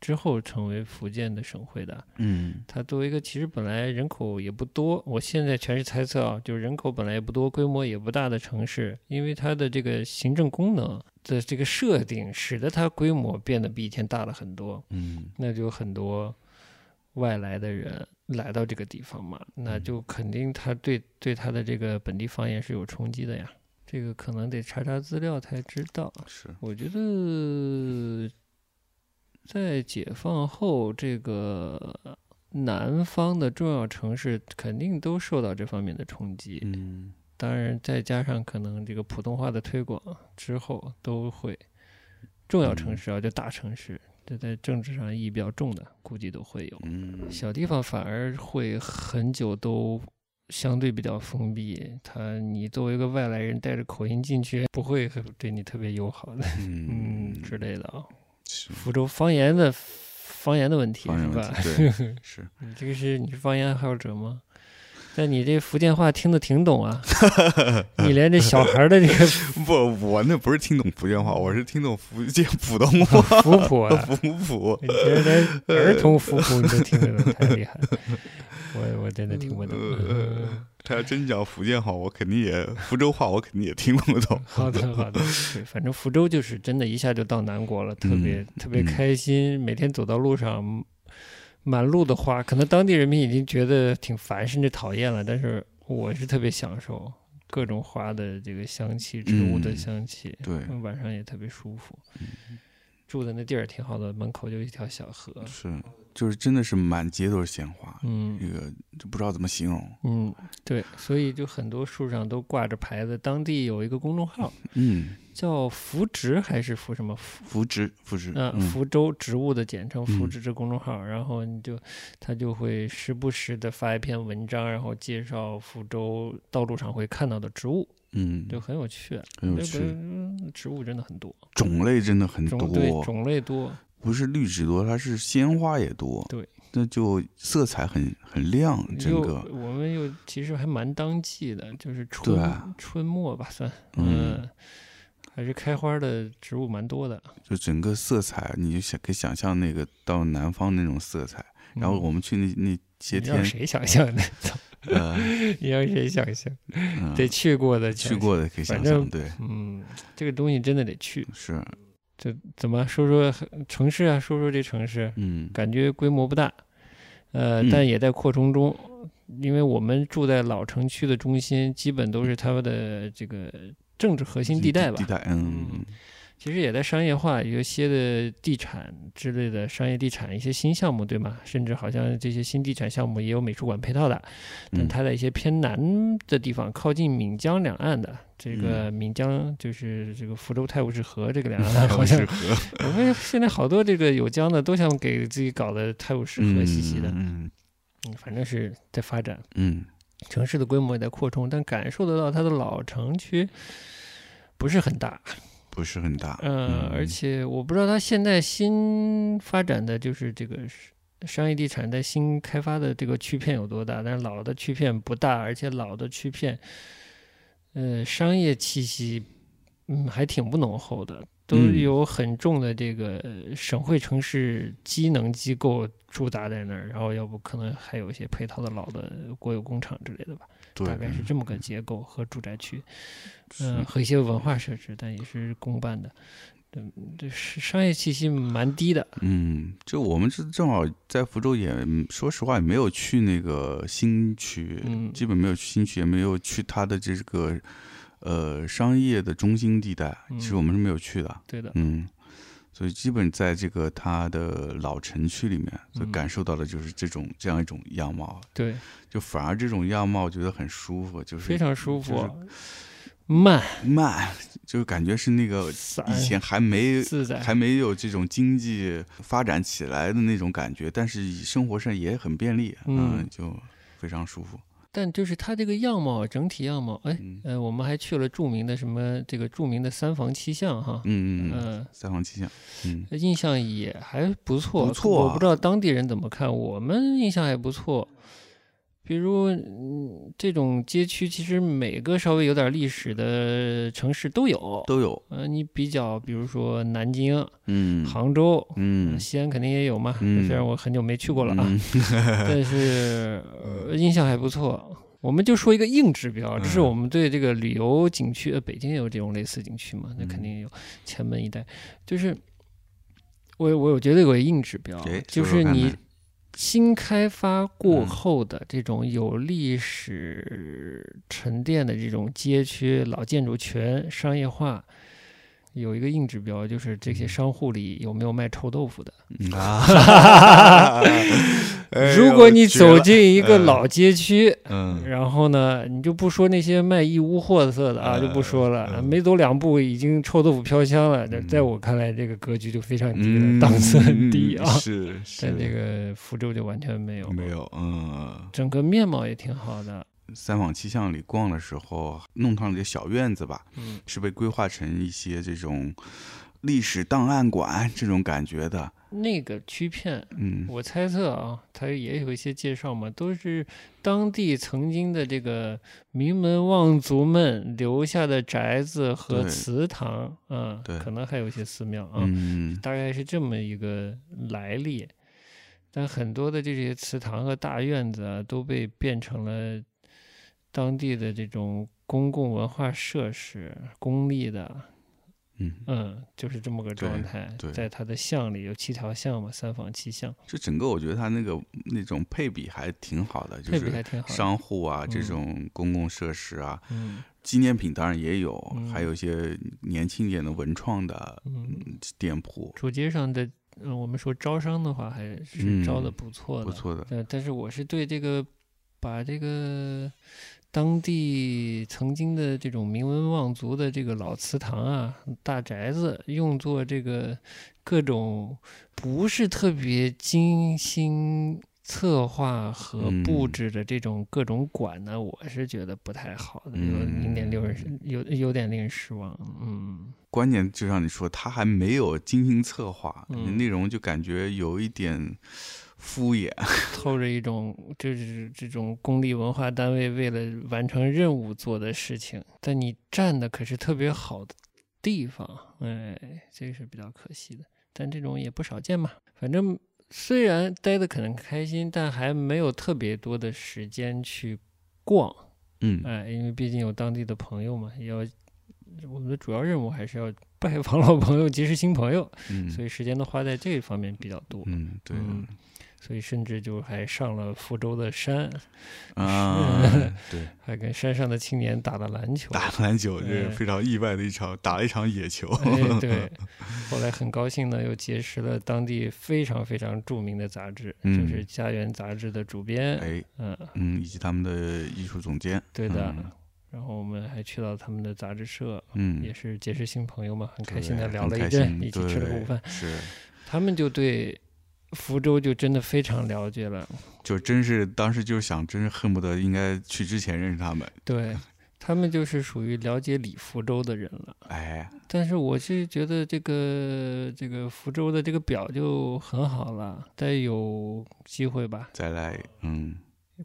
[SPEAKER 2] 之后成为福建的省会的。
[SPEAKER 1] 嗯，
[SPEAKER 2] 它作为一个其实本来人口也不多，我现在全是猜测啊，就是人口本来也不多、规模也不大的城市，因为它的这个行政功能的这个设定，使得它规模变得比以前大了很多。
[SPEAKER 1] 嗯，嗯，
[SPEAKER 2] 那就很多外来的人来到这个地方嘛，那就肯定他对对他的这个本地方言是有冲击的呀。这个可能得查查资料才知道。
[SPEAKER 1] 是，
[SPEAKER 2] 我觉得在解放后，这个南方的重要城市肯定都受到这方面的冲击。
[SPEAKER 1] 嗯，
[SPEAKER 2] 当然，再加上可能这个普通话的推广之后，都会重要
[SPEAKER 1] 嗯
[SPEAKER 2] 城市啊，就大城市，这在政治上意义比较重的，估计都会有。
[SPEAKER 1] 嗯，
[SPEAKER 2] 小地方反而会很久都相对比较封闭，他你作为一个外来人带着口音进去，不会很对你特别友好的，嗯
[SPEAKER 1] 嗯，
[SPEAKER 2] 之类的啊。
[SPEAKER 1] 是
[SPEAKER 2] 福州方言的方言的问题
[SPEAKER 1] 方
[SPEAKER 2] 是
[SPEAKER 1] 言问
[SPEAKER 2] 吧？
[SPEAKER 1] 题，
[SPEAKER 2] *laughs*
[SPEAKER 1] 对，是，
[SPEAKER 2] 你这个是你是方言爱好者吗？但你这福建话听得挺懂啊，你连这小孩儿的这个
[SPEAKER 1] *laughs* 不，我那不是听懂福建话，我是听懂福建普通 *laughs* 话
[SPEAKER 2] 福普啊，
[SPEAKER 1] 普普，
[SPEAKER 2] 你这连儿童福普你都听得懂，太厉害了！我我真的听
[SPEAKER 1] *laughs*
[SPEAKER 2] 不懂。嗯
[SPEAKER 1] 呃，他要真讲福建话，我肯定也福州话，我肯定也听不懂，
[SPEAKER 2] 好的，好的， *laughs* 对，反正福州就是真的，一下就到南国了，特别、
[SPEAKER 1] 嗯
[SPEAKER 2] 特别
[SPEAKER 1] 嗯
[SPEAKER 2] 开心。每天走到路上，嗯满路的花，可能当地人民已经觉得挺烦，甚至讨厌了，但是我是特别享受各种花的这个香气，植物的
[SPEAKER 1] 嗯
[SPEAKER 2] 香气，
[SPEAKER 1] 对，嗯
[SPEAKER 2] 嗯晚上也特别舒服。住的那地儿挺好的，门口就一条小河。
[SPEAKER 1] 是，就是真的是满街都是鲜花，
[SPEAKER 2] 嗯
[SPEAKER 1] 这个就不知道怎么形容，
[SPEAKER 2] 嗯，对，所以就很多树上都挂着牌子。当地有一个公众
[SPEAKER 1] *laughs*
[SPEAKER 2] 号
[SPEAKER 1] 嗯，
[SPEAKER 2] 叫“福植”还是“福什么福
[SPEAKER 1] 福植，福植，
[SPEAKER 2] 呃，
[SPEAKER 1] 嗯
[SPEAKER 2] 福州植物的简称“福
[SPEAKER 1] 嗯
[SPEAKER 2] 植”这公众号，然后你就他就会时不时的发一篇文章，然后介绍福州道路上会看到的植物，
[SPEAKER 1] 嗯，
[SPEAKER 2] 就很有趣。
[SPEAKER 1] 很有
[SPEAKER 2] 那
[SPEAKER 1] 趣
[SPEAKER 2] 个，嗯植物真的很多，
[SPEAKER 1] 种类真的很
[SPEAKER 2] 种对
[SPEAKER 1] 多，
[SPEAKER 2] 种类多，
[SPEAKER 1] 不是绿植多，它是鲜花也多，
[SPEAKER 2] 对，
[SPEAKER 1] 那就色彩很很亮，整
[SPEAKER 2] 又
[SPEAKER 1] 个，
[SPEAKER 2] 我们又其实还蛮当季的，就是春
[SPEAKER 1] 对啊
[SPEAKER 2] 春末吧算，
[SPEAKER 1] 嗯，
[SPEAKER 2] 嗯，还是开花的植物蛮多的。
[SPEAKER 1] 就整个色彩，你就想可以想象那个到南方那种色彩。
[SPEAKER 2] 嗯
[SPEAKER 1] 然后我们去那那些
[SPEAKER 2] 你让
[SPEAKER 1] 天，
[SPEAKER 2] 谁想象呢？ *laughs*
[SPEAKER 1] 呃，
[SPEAKER 2] 你让谁想象？ *laughs*
[SPEAKER 1] 嗯
[SPEAKER 2] 得去过的
[SPEAKER 1] 去
[SPEAKER 2] 想象。
[SPEAKER 1] 过的可以想
[SPEAKER 2] 反
[SPEAKER 1] 象，
[SPEAKER 2] 正
[SPEAKER 1] 对，
[SPEAKER 2] 嗯，这个东西真的得去。
[SPEAKER 1] 是，
[SPEAKER 2] 这怎么说说城市啊？说说这城市，
[SPEAKER 1] 嗯，
[SPEAKER 2] 感觉规模不大，呃，
[SPEAKER 1] 嗯
[SPEAKER 2] 但也在扩充中。因为我们住在老城区的中心，基本都是他们的这个政治核心地带吧
[SPEAKER 1] 地。带，嗯，
[SPEAKER 2] 其实也在商业化，有一些的地产之类的商业地产一些新项目，对吗？甚至好像这些新地产项目也有美术馆配套的，但
[SPEAKER 1] 嗯
[SPEAKER 2] 它在一些偏南的地方，靠近闽江两岸的这个闽江，就是这个福州泰晤士河这个 *laughs* 两岸，
[SPEAKER 1] *laughs*
[SPEAKER 2] 好像
[SPEAKER 1] 适合
[SPEAKER 2] *laughs* 我们现在好多这个有江的都想给自己搞的泰晤士河兮兮的，
[SPEAKER 1] 嗯
[SPEAKER 2] 嗯反正是在发展。
[SPEAKER 1] 嗯
[SPEAKER 2] 城市的规模也在扩充，但感受得到它的老城区不是很大，
[SPEAKER 1] 不是很大，
[SPEAKER 2] 呃，而且我不知道它现在新发展的就是这个是商业地产在新开发的这个区片有多大，但是老的区片不大，而且老的区片，呃，商业气息，嗯，还挺不浓厚的，都
[SPEAKER 1] 嗯
[SPEAKER 2] 有很重的这个呃省会城市机能机构驻扎在那儿，然后要不可能还有一些配套的老的国有工厂之类的吧。
[SPEAKER 1] 对，嗯
[SPEAKER 2] 大概是这么个结构和住宅区，嗯、
[SPEAKER 1] 是
[SPEAKER 2] 和一些文化设施，但也是公办的，嗯，这是商业气息蛮低的，
[SPEAKER 1] 嗯，就我们这正好在福州也，说实话也没有去那个新区，
[SPEAKER 2] 嗯
[SPEAKER 1] 基本没有去新区，也没有去它的这个呃商业的中心地带，其实
[SPEAKER 2] 嗯
[SPEAKER 1] 我们是没有去的，
[SPEAKER 2] 对的，
[SPEAKER 1] 嗯。所以基本在这个它的老城区里面，所以
[SPEAKER 2] 嗯
[SPEAKER 1] 感受到的就是这种这样一种样貌，
[SPEAKER 2] 对，
[SPEAKER 1] 就反而这种样貌我觉得很舒服，就是
[SPEAKER 2] 非常舒服，
[SPEAKER 1] 就是
[SPEAKER 2] 慢
[SPEAKER 1] 慢，就是感觉是那个
[SPEAKER 2] 散
[SPEAKER 1] 呃以前还没
[SPEAKER 2] 自 *laughs* 在，
[SPEAKER 1] 还没有这种经济发展起来的那种感觉，但是生活上也很便利，
[SPEAKER 2] 嗯
[SPEAKER 1] 嗯，就非常舒服。
[SPEAKER 2] 但就是它这个样貌，整体样貌，哎，
[SPEAKER 1] 嗯
[SPEAKER 2] 呃，我们还去了著名的什么这个著名的三房七巷哈，
[SPEAKER 1] 嗯嗯嗯，
[SPEAKER 2] 嗯、
[SPEAKER 1] 三房七巷，嗯
[SPEAKER 2] 呃，印象也还不错，
[SPEAKER 1] 不错啊
[SPEAKER 2] 我不知道当地人怎么看，我们印象还不错。比如，嗯，这种街区其实每个稍微有点历史的城市都有。
[SPEAKER 1] 都有，
[SPEAKER 2] 呃，你比较，比如说南京、
[SPEAKER 1] 嗯，，
[SPEAKER 2] 杭州、
[SPEAKER 1] 嗯，
[SPEAKER 2] 西安肯定也有嘛，
[SPEAKER 1] 嗯
[SPEAKER 2] 虽然我很久没去过了啊，
[SPEAKER 1] 嗯， *laughs*
[SPEAKER 2] 但是、呃、印象还不错。我们就说一个硬指标，这
[SPEAKER 1] 嗯
[SPEAKER 2] 是我们对这个旅游景区，呃，北京也有这种类似景区嘛，那肯
[SPEAKER 1] 嗯
[SPEAKER 2] 定有前门一带，就是我我我觉得有个硬指标
[SPEAKER 1] 哎，
[SPEAKER 2] 就
[SPEAKER 1] 说
[SPEAKER 2] 是
[SPEAKER 1] 说看
[SPEAKER 2] 你
[SPEAKER 1] 看
[SPEAKER 2] 新开发过
[SPEAKER 1] 嗯
[SPEAKER 2] 后的这种有历史沉淀的这种街区、老建筑群、商业化。有一个硬指标，就是这些商户里有没有卖臭豆
[SPEAKER 1] *laughs*
[SPEAKER 2] 腐的。
[SPEAKER 1] 嗯 *laughs* 啊哎呦
[SPEAKER 2] 如果你
[SPEAKER 1] 绝了
[SPEAKER 2] 走进一个老街区，
[SPEAKER 1] 嗯，
[SPEAKER 2] 然后呢，你就不说那些卖义乌货色的啊，
[SPEAKER 1] 呃
[SPEAKER 2] 就不说了。
[SPEAKER 1] 嗯
[SPEAKER 2] 没走两步，已经臭豆腐飘香了。这
[SPEAKER 1] 嗯
[SPEAKER 2] 在我看来，这个格局就非常低了，
[SPEAKER 1] 嗯，
[SPEAKER 2] 档次很低啊。 *laughs*
[SPEAKER 1] 是是，
[SPEAKER 2] 但这个福州就完全没有，
[SPEAKER 1] 没有，嗯，
[SPEAKER 2] 整个面貌也挺好的。
[SPEAKER 1] 三坊七巷里逛的时候，弄堂里的小院子吧，
[SPEAKER 2] 嗯，
[SPEAKER 1] 是被规划成一些这种历史档案馆这种感觉的，
[SPEAKER 2] 那个区片，
[SPEAKER 1] 嗯
[SPEAKER 2] 我猜测啊，它也有一些介绍嘛，都是当地曾经的这个名门望族们留下的宅子和
[SPEAKER 1] 对
[SPEAKER 2] 祠堂，嗯，
[SPEAKER 1] 对
[SPEAKER 2] 可能还有一些寺庙啊。
[SPEAKER 1] 嗯
[SPEAKER 2] 大概是这么一个来历。但很多的这些祠堂和大院子啊，都被变成了当地的这种公共文化设施，公立的，
[SPEAKER 1] 嗯，
[SPEAKER 2] 嗯，就是这么个状
[SPEAKER 1] 对
[SPEAKER 2] 态。
[SPEAKER 1] 对
[SPEAKER 2] 在它的巷里有七条巷嘛，三坊七巷，
[SPEAKER 1] 就整个我觉得它那个那种配比还挺好的，就
[SPEAKER 2] 配比
[SPEAKER 1] 是
[SPEAKER 2] 还挺好的。
[SPEAKER 1] 商户啊
[SPEAKER 2] 嗯
[SPEAKER 1] 这种公共设施啊，
[SPEAKER 2] 嗯
[SPEAKER 1] 纪念品当然也有，
[SPEAKER 2] 嗯
[SPEAKER 1] 还有一些年轻一点的文创的
[SPEAKER 2] 嗯，
[SPEAKER 1] 嗯店铺，
[SPEAKER 2] 主街上的，嗯，我们说招商的话，还是招的
[SPEAKER 1] 嗯
[SPEAKER 2] 不错的，
[SPEAKER 1] 不错的，
[SPEAKER 2] 呃，但是我是对这个把这个当地曾经的这种名门望族的这个老祠堂啊、大宅子，用作这个各种不是特别精心策划和布
[SPEAKER 1] 嗯
[SPEAKER 2] 置的这种各种馆呢，我是觉得不太好的，有零点六人
[SPEAKER 1] 嗯
[SPEAKER 2] 有有点令人失望，嗯。
[SPEAKER 1] 关键就像你说，它还没有精心策划，
[SPEAKER 2] 嗯
[SPEAKER 1] 内容就感觉有一点敷衍，
[SPEAKER 2] 哎透着一种就是这种公立文化单位为了完成任务做的事情，但你占的可是特别好的地方，哎，这个是比较可惜的。但这种也不少见嘛，反正虽然待的可能开心，但还没有特别多的时间去逛，
[SPEAKER 1] 嗯
[SPEAKER 2] 哎，因为毕竟有当地的朋友嘛，也要我们的主要任务还是要拜访老朋友，结识新朋友，
[SPEAKER 1] 嗯，
[SPEAKER 2] 所以时间都花在这一方面比较多。
[SPEAKER 1] 嗯，对
[SPEAKER 2] 嗯所以甚至就还上了福州的山，嗯 *laughs*
[SPEAKER 1] 啊，对，
[SPEAKER 2] 还跟山上的青年打了篮球。
[SPEAKER 1] 打篮球这是
[SPEAKER 2] 哎
[SPEAKER 1] 非常意外的一场，打了一场野球，
[SPEAKER 2] 哎，对，后来很高兴呢，又结识了当地非常非常著名的杂志，
[SPEAKER 1] 嗯
[SPEAKER 2] 就是《家园》杂志的主编，
[SPEAKER 1] *laughs* 哎，
[SPEAKER 2] 嗯，
[SPEAKER 1] 嗯，以及他们的艺术总监，
[SPEAKER 2] 对的。
[SPEAKER 1] 嗯
[SPEAKER 2] 然后我们还去到他们的杂志社，
[SPEAKER 1] 嗯，
[SPEAKER 2] 也是结识新朋友嘛，很
[SPEAKER 1] 对
[SPEAKER 2] 开心的聊
[SPEAKER 1] 很
[SPEAKER 2] 了
[SPEAKER 1] 开
[SPEAKER 2] 一阵，
[SPEAKER 1] 心
[SPEAKER 2] 一起吃了个
[SPEAKER 1] 对
[SPEAKER 2] 午饭。
[SPEAKER 1] 是，
[SPEAKER 2] 他们就对福州就真的非常了解了，
[SPEAKER 1] 就真是当时就想，真是恨不得应该去之前认识他们，
[SPEAKER 2] 对他们就是属于了解李福州的人了。
[SPEAKER 1] 哎，
[SPEAKER 2] 但是我是觉得这个这个福州的这个表就很好了，再有机会吧，
[SPEAKER 1] 再来，嗯，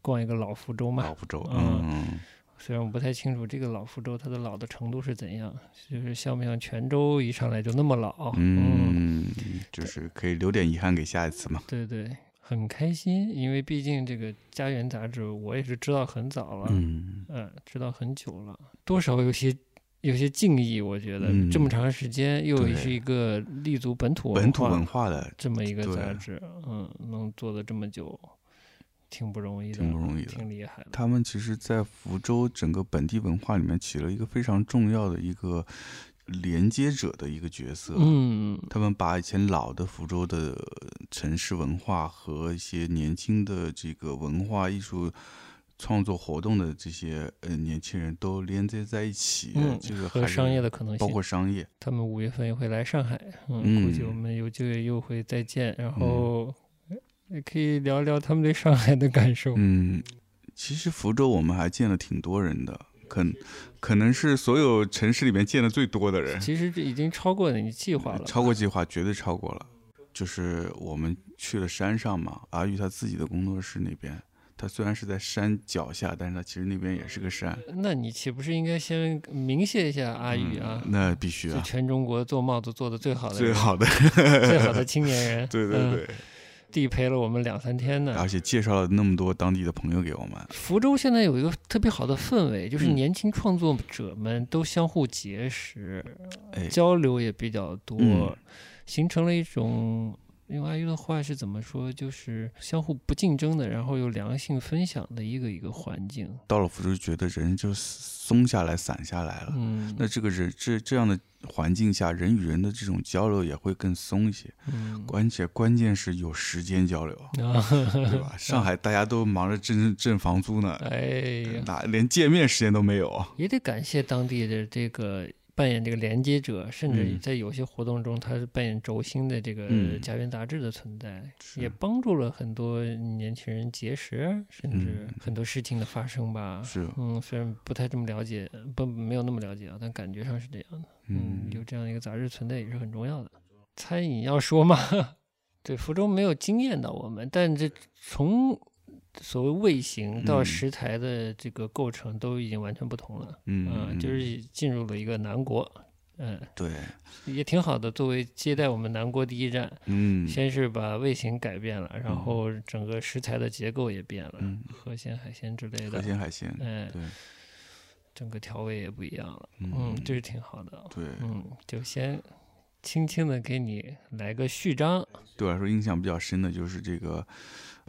[SPEAKER 2] 逛一个老福州嘛。
[SPEAKER 1] 老福州，
[SPEAKER 2] 嗯
[SPEAKER 1] 嗯，
[SPEAKER 2] 虽然我不太清楚这个老福州它的老的程度是怎样，就是像不像泉州一上来就那么老？
[SPEAKER 1] 嗯，就是可以留点遗憾给下一次嘛，
[SPEAKER 2] 对对，很开心，因为毕竟这个《家园》杂志我也是知道很早了，
[SPEAKER 1] 嗯，
[SPEAKER 2] 嗯，知道很久了，多少有些有些敬意，我觉得、
[SPEAKER 1] 嗯
[SPEAKER 2] 这么长时间又
[SPEAKER 1] 对
[SPEAKER 2] 是一个立足本土
[SPEAKER 1] 本土
[SPEAKER 2] 文
[SPEAKER 1] 文
[SPEAKER 2] 化
[SPEAKER 1] 化的
[SPEAKER 2] 这么一个
[SPEAKER 1] 对
[SPEAKER 2] 杂志，嗯，能做的这么久，挺不容易的，
[SPEAKER 1] 挺不容易的。
[SPEAKER 2] 挺厉害的。
[SPEAKER 1] 他们其实，在福州整个本地文化里面起了一个非常重要的一个连接者的一个角色。
[SPEAKER 2] 嗯，
[SPEAKER 1] 他们把以前老的福州的城市文化和一些年轻的这个文化艺术创作活动的这些呃年轻人都连接在一起，
[SPEAKER 2] 嗯
[SPEAKER 1] 这个还
[SPEAKER 2] 和
[SPEAKER 1] 是
[SPEAKER 2] 商业的可能
[SPEAKER 1] 包
[SPEAKER 2] 性，
[SPEAKER 1] 括商业，
[SPEAKER 2] 他们五月份也会来上海，
[SPEAKER 1] 嗯
[SPEAKER 2] 嗯，估计我们有机会又会再见，然后也可以聊聊他们对上海的感受。
[SPEAKER 1] 嗯，其实福州我们还见了挺多人的，可可能是所有城市里面见的最多的人。
[SPEAKER 2] 其实这已经超过了你计划了，
[SPEAKER 1] 超过计划，绝对超过了。就是我们去了山上嘛，阿玉他自己的工作室那边，他虽然是在山脚下，但是他其实那边也是个山。
[SPEAKER 2] 那你岂不是应该先鸣谢一下阿宇啊？
[SPEAKER 1] 嗯那必须
[SPEAKER 2] 是
[SPEAKER 1] 啊，
[SPEAKER 2] 全中国做帽子做的最好的
[SPEAKER 1] 最
[SPEAKER 2] 人
[SPEAKER 1] 好的，，
[SPEAKER 2] 最好的青年人
[SPEAKER 1] *laughs* 对对啊对，
[SPEAKER 2] 嗯，地陪了我们两三天呢
[SPEAKER 1] 而。且介绍了那么多当地的朋友给我们，
[SPEAKER 2] 福州现在有一个特别好的氛围，就是
[SPEAKER 1] 嗯
[SPEAKER 2] 年轻创作者们都相互结识，
[SPEAKER 1] 哎，
[SPEAKER 2] 交流也比较多，
[SPEAKER 1] 嗯
[SPEAKER 2] 形成了一种用阿玉的话是怎么说，就是相互不竞争的，然后有良性分享的一个一个环境。
[SPEAKER 1] 到了福州就觉得人就松下来、散下来了。
[SPEAKER 2] 嗯，
[SPEAKER 1] 那这个人这这样的环境下，人与人的这种交流也会更松一些，
[SPEAKER 2] 嗯
[SPEAKER 1] 而且关键是有时间交流，对
[SPEAKER 2] 啊， *laughs*
[SPEAKER 1] 吧？上海大家都忙着挣挣房租呢，
[SPEAKER 2] 哎呀，啊
[SPEAKER 1] 哪连见面时间都没有。
[SPEAKER 2] 也得感谢当地的这个扮演这个连接者，甚至
[SPEAKER 1] 嗯
[SPEAKER 2] 在有些活动中，他是扮演轴心的这个
[SPEAKER 1] 嗯
[SPEAKER 2] 《家园》杂志的存在，也帮助了很多年轻人结识，甚至
[SPEAKER 1] 嗯
[SPEAKER 2] 很多事情的发生吧。
[SPEAKER 1] 是，
[SPEAKER 2] 嗯，虽然不太这么了解，不没有那么了解啊，但感觉上是这样的。嗯，有这样一个杂志存在也是很重要的。餐饮要说嘛， *laughs* 对，福州没有惊艳到我们，但这从所谓味型到
[SPEAKER 1] 嗯
[SPEAKER 2] 食材的这个构成都已经完全不同了。
[SPEAKER 1] 嗯
[SPEAKER 2] 嗯，
[SPEAKER 1] 嗯，
[SPEAKER 2] 就是进入了一个南国，嗯，
[SPEAKER 1] 对，
[SPEAKER 2] 也挺好的。作为接待我们南国第一站，
[SPEAKER 1] 嗯，
[SPEAKER 2] 先是把味型改变了，然后整个食材的结构也变了，
[SPEAKER 1] 嗯
[SPEAKER 2] 河鲜、海鲜之类
[SPEAKER 1] 海
[SPEAKER 2] 的，
[SPEAKER 1] 鲜海鲜，
[SPEAKER 2] 嗯，
[SPEAKER 1] 对，
[SPEAKER 2] 整个调味也不一样了，
[SPEAKER 1] 嗯
[SPEAKER 2] 嗯，这是挺好的，
[SPEAKER 1] 对，
[SPEAKER 2] 嗯，就先轻轻的给你来个序章，
[SPEAKER 1] 对我来说印象比较深的就是这个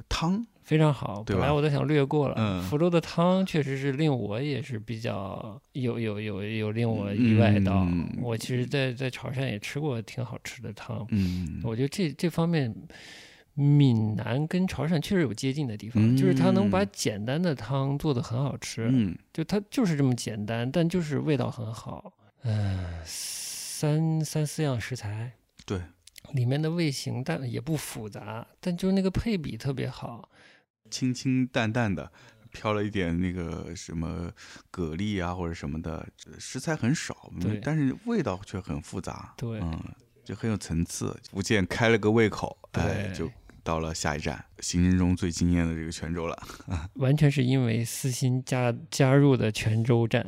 [SPEAKER 1] 汤，
[SPEAKER 2] 非常好。
[SPEAKER 1] 对吧
[SPEAKER 2] 本来我都想略过了，
[SPEAKER 1] 嗯
[SPEAKER 2] 福州的汤确实是令我也是比较有有有有令我意外到，
[SPEAKER 1] 嗯
[SPEAKER 2] 我其实在在潮汕也吃过挺好吃的汤，
[SPEAKER 1] 嗯，
[SPEAKER 2] 我觉得这这方面，闽南跟潮汕确实有接近的地方，
[SPEAKER 1] 嗯
[SPEAKER 2] 就是它能把简单的汤做得很好吃，
[SPEAKER 1] 嗯，
[SPEAKER 2] 就它就是这么简单，但就是味道很好。嗯、三三四样食材，
[SPEAKER 1] 对，
[SPEAKER 2] 里面的味型但也不复杂，但就是那个配比特别好。
[SPEAKER 1] 清清淡淡的。飘了一点那个什么蛤蜊啊，或者什么的，这食材很少，
[SPEAKER 2] 对
[SPEAKER 1] 但是味道却很复杂，
[SPEAKER 2] 对
[SPEAKER 1] 嗯，就很有层次。福建开了个胃口，哎，
[SPEAKER 2] 对
[SPEAKER 1] 就到了下一站，行程中最惊艳的这个泉州了。
[SPEAKER 2] 完全是因为私心加加入的泉州站，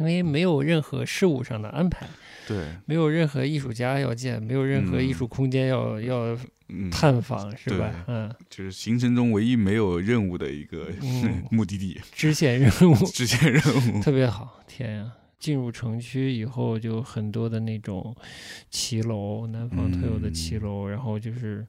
[SPEAKER 2] 因为没有任何事务上的安排，
[SPEAKER 1] 对，
[SPEAKER 2] 没有任何艺术家要见，没有任何
[SPEAKER 1] 嗯
[SPEAKER 2] 艺术空间要、要
[SPEAKER 1] *laughs* 嗯，
[SPEAKER 2] 探访，是吧？嗯，
[SPEAKER 1] 就是行程中唯一没有任务的一个
[SPEAKER 2] 嗯
[SPEAKER 1] *laughs* 目的地，
[SPEAKER 2] 支线任务 *laughs*
[SPEAKER 1] 支线任务。
[SPEAKER 2] 特别好，天呀、啊进入城区以后，就很多的那种骑楼，南方特有的骑
[SPEAKER 1] 嗯
[SPEAKER 2] 楼，然后就是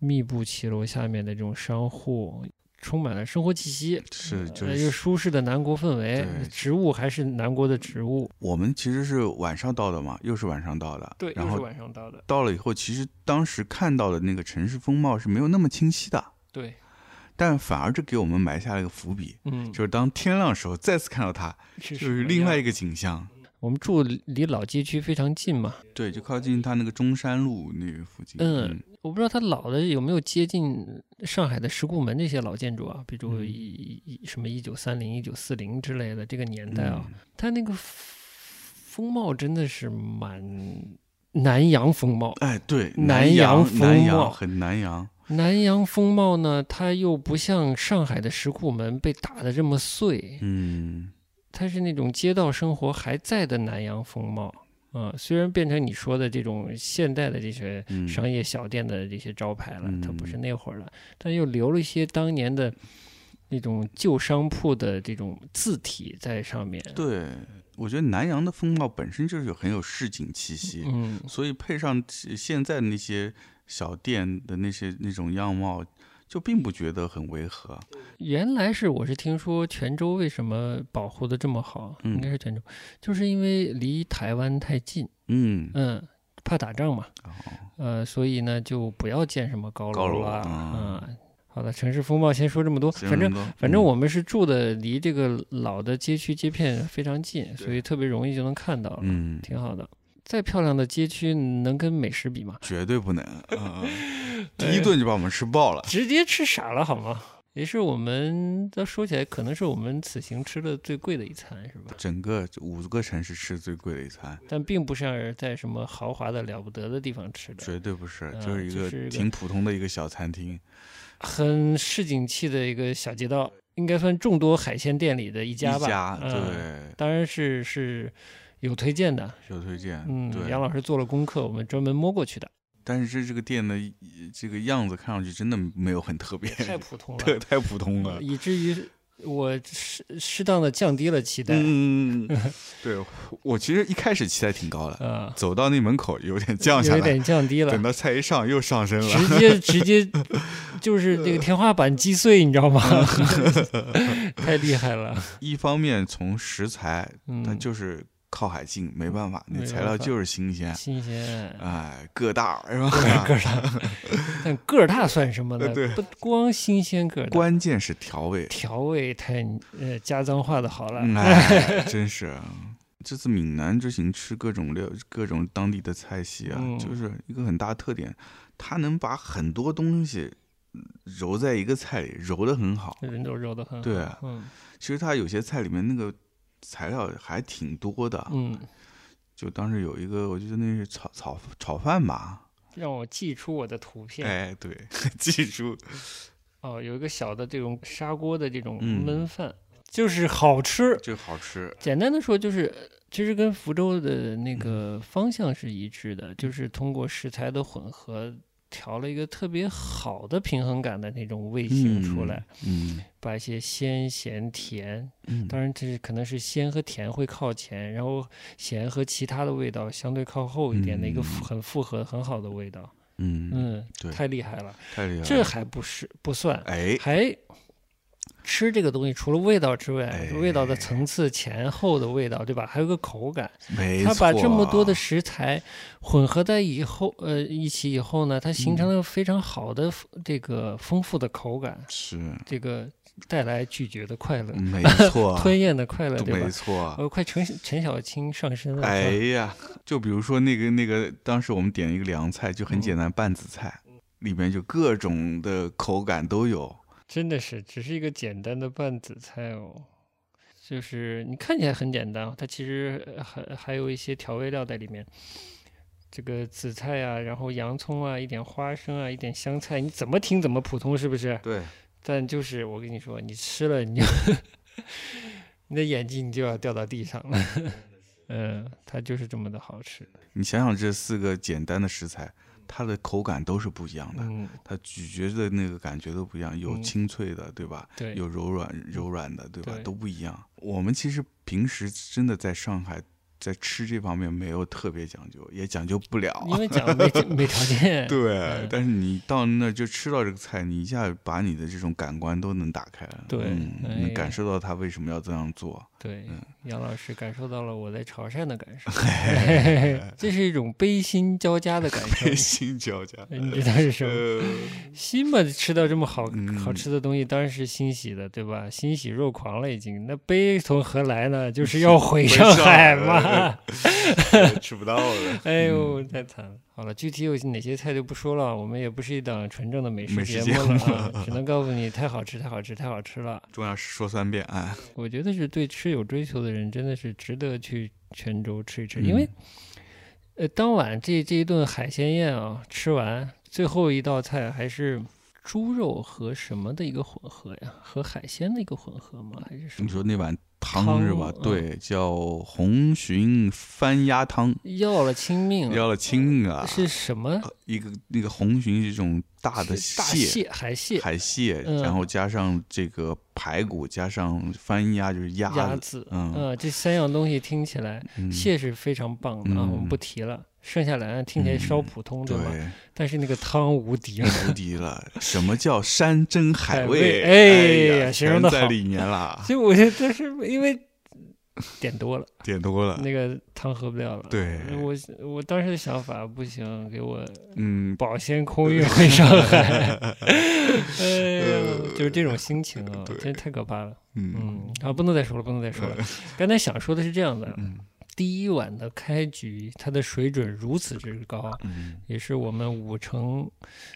[SPEAKER 2] 密布骑楼下面的这种商户，充满了生活气息，
[SPEAKER 1] 是就
[SPEAKER 2] 呃又
[SPEAKER 1] 是
[SPEAKER 2] 舒适的南国氛围
[SPEAKER 1] 对，
[SPEAKER 2] 植物还是南国的植物，
[SPEAKER 1] 我们其实是晚上到的嘛，又是晚上到的，
[SPEAKER 2] 对，
[SPEAKER 1] 然
[SPEAKER 2] 又是
[SPEAKER 1] 后
[SPEAKER 2] 晚上到的，
[SPEAKER 1] 到了以后，其实当时看到的那个城市风貌是没有那么清晰的，
[SPEAKER 2] 对，
[SPEAKER 1] 但反而这给我们埋下了一个伏笔，
[SPEAKER 2] 嗯，
[SPEAKER 1] 就是当天亮的时候再次看到它，
[SPEAKER 2] 是
[SPEAKER 1] 就是另外一
[SPEAKER 2] 个，
[SPEAKER 1] 个景象。
[SPEAKER 2] 我们住离老街区非常近嘛，
[SPEAKER 1] 对，就靠近它那个中山路那个附近。
[SPEAKER 2] 嗯，我不知道它老的有没有接近上海的石库门这些老建筑啊，比
[SPEAKER 1] 嗯
[SPEAKER 2] 如一一一什么一九三零、一九四零之类的这个年代啊，
[SPEAKER 1] 嗯
[SPEAKER 2] 它那个风貌真的是蛮南洋风貌。
[SPEAKER 1] 哎，对，
[SPEAKER 2] 南
[SPEAKER 1] 南
[SPEAKER 2] 洋
[SPEAKER 1] 洋，
[SPEAKER 2] 风
[SPEAKER 1] 南
[SPEAKER 2] 貌
[SPEAKER 1] 洋很南洋，
[SPEAKER 2] 南洋风貌呢，它又不像上海的石库门被打得这么碎，
[SPEAKER 1] 嗯，
[SPEAKER 2] 它是那种街道生活还在的南洋风貌。啊、虽然变成你说的这种现代的这些
[SPEAKER 1] 嗯
[SPEAKER 2] 商业小店的这些招牌了，它不是
[SPEAKER 1] 嗯
[SPEAKER 2] 那会儿了，但又留了一些当年的那种旧商铺的这种字体在上面。，
[SPEAKER 1] 对，我觉得南洋的风貌本身就是有很有市井气息，
[SPEAKER 2] 嗯，
[SPEAKER 1] 所以配上其现在那些小店的那些那种样貌，就并不觉得很违和。
[SPEAKER 2] 原来是我是听说泉州为什么保护的这么好，
[SPEAKER 1] 嗯
[SPEAKER 2] 应该是泉州，就是因为离台湾太近，
[SPEAKER 1] 嗯，
[SPEAKER 2] 嗯，怕打仗嘛，
[SPEAKER 1] 哦
[SPEAKER 2] 呃，所以呢就不要建什么高
[SPEAKER 1] 高楼
[SPEAKER 2] 了
[SPEAKER 1] 啊嗯
[SPEAKER 2] 啊、好的，城市风貌先说这么多，反正反正我们是住的离这个老的街区街片非常近，所以特别容易就能看到了，
[SPEAKER 1] 嗯，
[SPEAKER 2] 挺好的。再漂亮的街区能跟美食比吗？
[SPEAKER 1] 绝对不能，嗯嗯
[SPEAKER 2] *laughs*
[SPEAKER 1] 第一顿就把我们吃爆了。
[SPEAKER 2] 直接吃傻了好吗？也是我们，要说起来，可能是我们此行吃的最贵的一餐，是吧？
[SPEAKER 1] 整个五个城市吃最贵的一餐，
[SPEAKER 2] 但并不是在什么豪华的了不得的地方吃的，
[SPEAKER 1] 绝对不是，
[SPEAKER 2] 嗯
[SPEAKER 1] 就是一
[SPEAKER 2] 就
[SPEAKER 1] 个
[SPEAKER 2] 是一个
[SPEAKER 1] 挺普通的一个小餐厅。
[SPEAKER 2] 很市井气的一个小街道，应该算众多海鲜店里的一
[SPEAKER 1] 一
[SPEAKER 2] 家吧。嗯，
[SPEAKER 1] 对，
[SPEAKER 2] 当然是是有推荐的，
[SPEAKER 1] 有推荐，
[SPEAKER 2] 嗯，
[SPEAKER 1] 对，
[SPEAKER 2] 杨老师做了功课，我们专门摸过
[SPEAKER 1] *laughs*
[SPEAKER 2] 去的，
[SPEAKER 1] 但是这这个店的一这个样子看上去真的没有很 *laughs* 特别，
[SPEAKER 2] 太普通了，嗯
[SPEAKER 1] 太太普通了。
[SPEAKER 2] 以至于我适适当的降低了期待，
[SPEAKER 1] 嗯，
[SPEAKER 2] *laughs*
[SPEAKER 1] 对我其实一开始期待挺高的，
[SPEAKER 2] 啊，
[SPEAKER 1] 走到那门口有点降下
[SPEAKER 2] 有
[SPEAKER 1] 来，
[SPEAKER 2] 点降低了
[SPEAKER 1] 等，到菜一上又上升了。
[SPEAKER 2] 直接直接就是那个天花板击碎，你知
[SPEAKER 1] *laughs*
[SPEAKER 2] 道吗？太厉害了，
[SPEAKER 1] *laughs* 一方面从食材，
[SPEAKER 2] 嗯，
[SPEAKER 1] 它就是靠海近，没办法，那
[SPEAKER 2] 没
[SPEAKER 1] 材
[SPEAKER 2] 办
[SPEAKER 1] 料
[SPEAKER 2] 法
[SPEAKER 1] 就是新鲜，
[SPEAKER 2] 新鲜。
[SPEAKER 1] 哎，个大是 *laughs* 吧？
[SPEAKER 2] 个儿大，但个儿大算什么呢？
[SPEAKER 1] 呃对
[SPEAKER 2] 不光新鲜个儿大，
[SPEAKER 1] 关键是调味，
[SPEAKER 2] 调味太呃家脏话的好了。
[SPEAKER 1] 嗯
[SPEAKER 2] *laughs*
[SPEAKER 1] 哎，真是。这次闽南之行吃各种料、各种当地的菜系啊，
[SPEAKER 2] 嗯
[SPEAKER 1] 就是一个很大特点，它能把很多东西揉在一个菜里，揉得很好。
[SPEAKER 2] 人都揉得很好。
[SPEAKER 1] 对啊
[SPEAKER 2] 嗯
[SPEAKER 1] 其实它有些菜里面那个材料还挺多的，
[SPEAKER 2] 嗯，
[SPEAKER 1] 就当时有一个，我记得那是炒炒炒饭吧，
[SPEAKER 2] 让我寄出我的图片。
[SPEAKER 1] 哎，对， *laughs* 记住，
[SPEAKER 2] 哦，有一个小的这种砂锅的这种
[SPEAKER 1] 嗯
[SPEAKER 2] 焖饭，就是好吃。
[SPEAKER 1] 这个好吃，
[SPEAKER 2] 简单的说，就是呃其实跟福州的那个
[SPEAKER 1] 嗯
[SPEAKER 2] 方向是一致的，就是通过食材的混合。调了一个特别好的平衡感的那种味型出来，
[SPEAKER 1] 嗯，
[SPEAKER 2] 把一些鲜、咸、甜，
[SPEAKER 1] 嗯，
[SPEAKER 2] 当然这是可能是鲜和甜会靠前，然后咸和其他的味道相对靠后一点的一个
[SPEAKER 1] 嗯
[SPEAKER 2] 复很复合很好的味道，
[SPEAKER 1] 嗯，嗯，
[SPEAKER 2] 嗯，
[SPEAKER 1] 对啊
[SPEAKER 2] 太厉害了，
[SPEAKER 1] 太厉害了，
[SPEAKER 2] 这还不是不算，
[SPEAKER 1] 哎，
[SPEAKER 2] 还吃这个东西除了味道之外，
[SPEAKER 1] 哎
[SPEAKER 2] 味道的层次前后的味道，对吧？还有个口感，
[SPEAKER 1] 没
[SPEAKER 2] 它把
[SPEAKER 1] 错
[SPEAKER 2] 这么多的食材混合在以后，呃，一起以后呢，它形成
[SPEAKER 1] 嗯
[SPEAKER 2] 了非常好的这个丰富的口感， *laughs*
[SPEAKER 1] 是
[SPEAKER 2] 这个带来咀嚼的快乐，
[SPEAKER 1] 没错，
[SPEAKER 2] 吞咽的快乐，对吧
[SPEAKER 1] 嗯
[SPEAKER 2] 嗯
[SPEAKER 1] 没？错。
[SPEAKER 2] 呃，快陈陈小青上身了。
[SPEAKER 1] 哎
[SPEAKER 2] 是吧，
[SPEAKER 1] 呀，就比如说那个那个，当时我们点了一个凉菜，就很
[SPEAKER 2] 嗯
[SPEAKER 1] 简单，拌紫菜，里面就各种的口感都有。
[SPEAKER 2] 真的是只是一个简单的拌紫菜哦，就是你看起来很简单哦，它其实呃还还有一些调味料在里面，这个紫菜啊，然后洋葱啊，一点花生啊，一点香菜，你怎么听怎么普通是不是？
[SPEAKER 1] 对，
[SPEAKER 2] 但就是我跟你说，你吃了你就 *laughs* 你的眼睛你就要掉到地上了。嗯，它就是这么的好吃。
[SPEAKER 1] 你想想这四个简单的食材，它的口感都是不一样的，
[SPEAKER 2] 嗯，
[SPEAKER 1] 它咀嚼的那个感觉都不一样，有
[SPEAKER 2] 嗯
[SPEAKER 1] 清脆的，对吧？
[SPEAKER 2] 对，
[SPEAKER 1] 有柔软柔软的，对吧？
[SPEAKER 2] 对
[SPEAKER 1] 都不一样。我们其实平时真的在上海，在吃这方面没有特别讲究，也讲究不
[SPEAKER 2] 因
[SPEAKER 1] 了。
[SPEAKER 2] 为讲没没条
[SPEAKER 1] *laughs*
[SPEAKER 2] 件，
[SPEAKER 1] 对
[SPEAKER 2] 嗯，
[SPEAKER 1] 但是你到那儿就吃到这个菜，你一下把你的这种感官都能打开了，
[SPEAKER 2] 对
[SPEAKER 1] 嗯
[SPEAKER 2] 哎
[SPEAKER 1] 能感受到他为什么要这样做。
[SPEAKER 2] 对
[SPEAKER 1] 嗯，
[SPEAKER 2] 杨老师感受到了我在潮汕的感
[SPEAKER 1] *laughs*
[SPEAKER 2] 受，嘿嘿嘿这是一种悲心交加的感
[SPEAKER 1] *laughs*
[SPEAKER 2] 受
[SPEAKER 1] 黑。心交加，
[SPEAKER 2] 你知道嗯哎是什么？
[SPEAKER 1] 呃，
[SPEAKER 2] 心嘛，吃到这么好
[SPEAKER 1] 嗯
[SPEAKER 2] 好吃的东西，当然是欣喜的，对吧？欣喜若狂了已经。那悲从何来呢？就是要
[SPEAKER 1] *laughs*
[SPEAKER 2] 回
[SPEAKER 1] 回
[SPEAKER 2] 上
[SPEAKER 1] 上海
[SPEAKER 2] 海
[SPEAKER 1] 嗯
[SPEAKER 2] 嘛
[SPEAKER 1] 了。呃吃不到了。 *laughs*
[SPEAKER 2] 哎
[SPEAKER 1] 嗯
[SPEAKER 2] 呦，太惨了！好了，具体有哪些菜就不说了，我们也不是一档纯正的美食
[SPEAKER 1] 美食
[SPEAKER 2] 节目
[SPEAKER 1] 节目
[SPEAKER 2] 了，
[SPEAKER 1] *laughs*
[SPEAKER 2] 啊，只能告诉你太好吃，太好吃，太好吃了。
[SPEAKER 1] 重要是说三遍，哎，
[SPEAKER 2] 我觉得是对吃有追求的人，真的是值得去泉州吃一吃，因为
[SPEAKER 1] 嗯
[SPEAKER 2] 呃，当晚这这一顿海鲜宴啊，吃完最后一道菜还是猪肉和什么的一个混合呀？和海鲜的一个混合吗？还是什
[SPEAKER 1] 你
[SPEAKER 2] 么？
[SPEAKER 1] 说那碗
[SPEAKER 2] 汤
[SPEAKER 1] 汤是吧？
[SPEAKER 2] 嗯
[SPEAKER 1] 对，叫红鲟番鸭汤，
[SPEAKER 2] 要了亲命
[SPEAKER 1] 要
[SPEAKER 2] 了，
[SPEAKER 1] 了亲命啊！
[SPEAKER 2] 嗯是什么？
[SPEAKER 1] 呃一个那个红鲟是一种大的
[SPEAKER 2] 是大蟹、海蟹、
[SPEAKER 1] 海蟹，
[SPEAKER 2] 嗯
[SPEAKER 1] 然后加上这个排骨，加上番鸭就是鸭
[SPEAKER 2] 鸭
[SPEAKER 1] 子，
[SPEAKER 2] 子，
[SPEAKER 1] 嗯
[SPEAKER 2] 呃，这三样东西听起来。
[SPEAKER 1] 嗯
[SPEAKER 2] 蟹是非常棒的啊，我们
[SPEAKER 1] 嗯
[SPEAKER 2] 不提了。剩下两样听起来稍普通，
[SPEAKER 1] 对
[SPEAKER 2] 对吧？但是那个汤无敌了。
[SPEAKER 1] 无敌了！什么叫山珍海
[SPEAKER 2] *laughs* 海
[SPEAKER 1] 味？
[SPEAKER 2] 味哎
[SPEAKER 1] 呀，
[SPEAKER 2] 呀形容
[SPEAKER 1] 全
[SPEAKER 2] 得
[SPEAKER 1] 在
[SPEAKER 2] 好
[SPEAKER 1] 里面啦，
[SPEAKER 2] 所以我觉得 *laughs* 这是因为点多了，
[SPEAKER 1] 点多了。
[SPEAKER 2] 那个汤喝不掉了。
[SPEAKER 1] 对
[SPEAKER 2] 我我当时的想法不行，给我
[SPEAKER 1] 嗯，
[SPEAKER 2] 保鲜空运回上
[SPEAKER 1] *laughs*
[SPEAKER 2] 海。哎呀，就是这种心情啊，
[SPEAKER 1] 对
[SPEAKER 2] 真太可怕了。
[SPEAKER 1] 嗯
[SPEAKER 2] 嗯，啊，不能再说了，不能再说了。刚才想说的是这样的，
[SPEAKER 1] 嗯
[SPEAKER 2] 第一晚的开局，它的水准如此之高，
[SPEAKER 1] 嗯，
[SPEAKER 2] 也是我们五城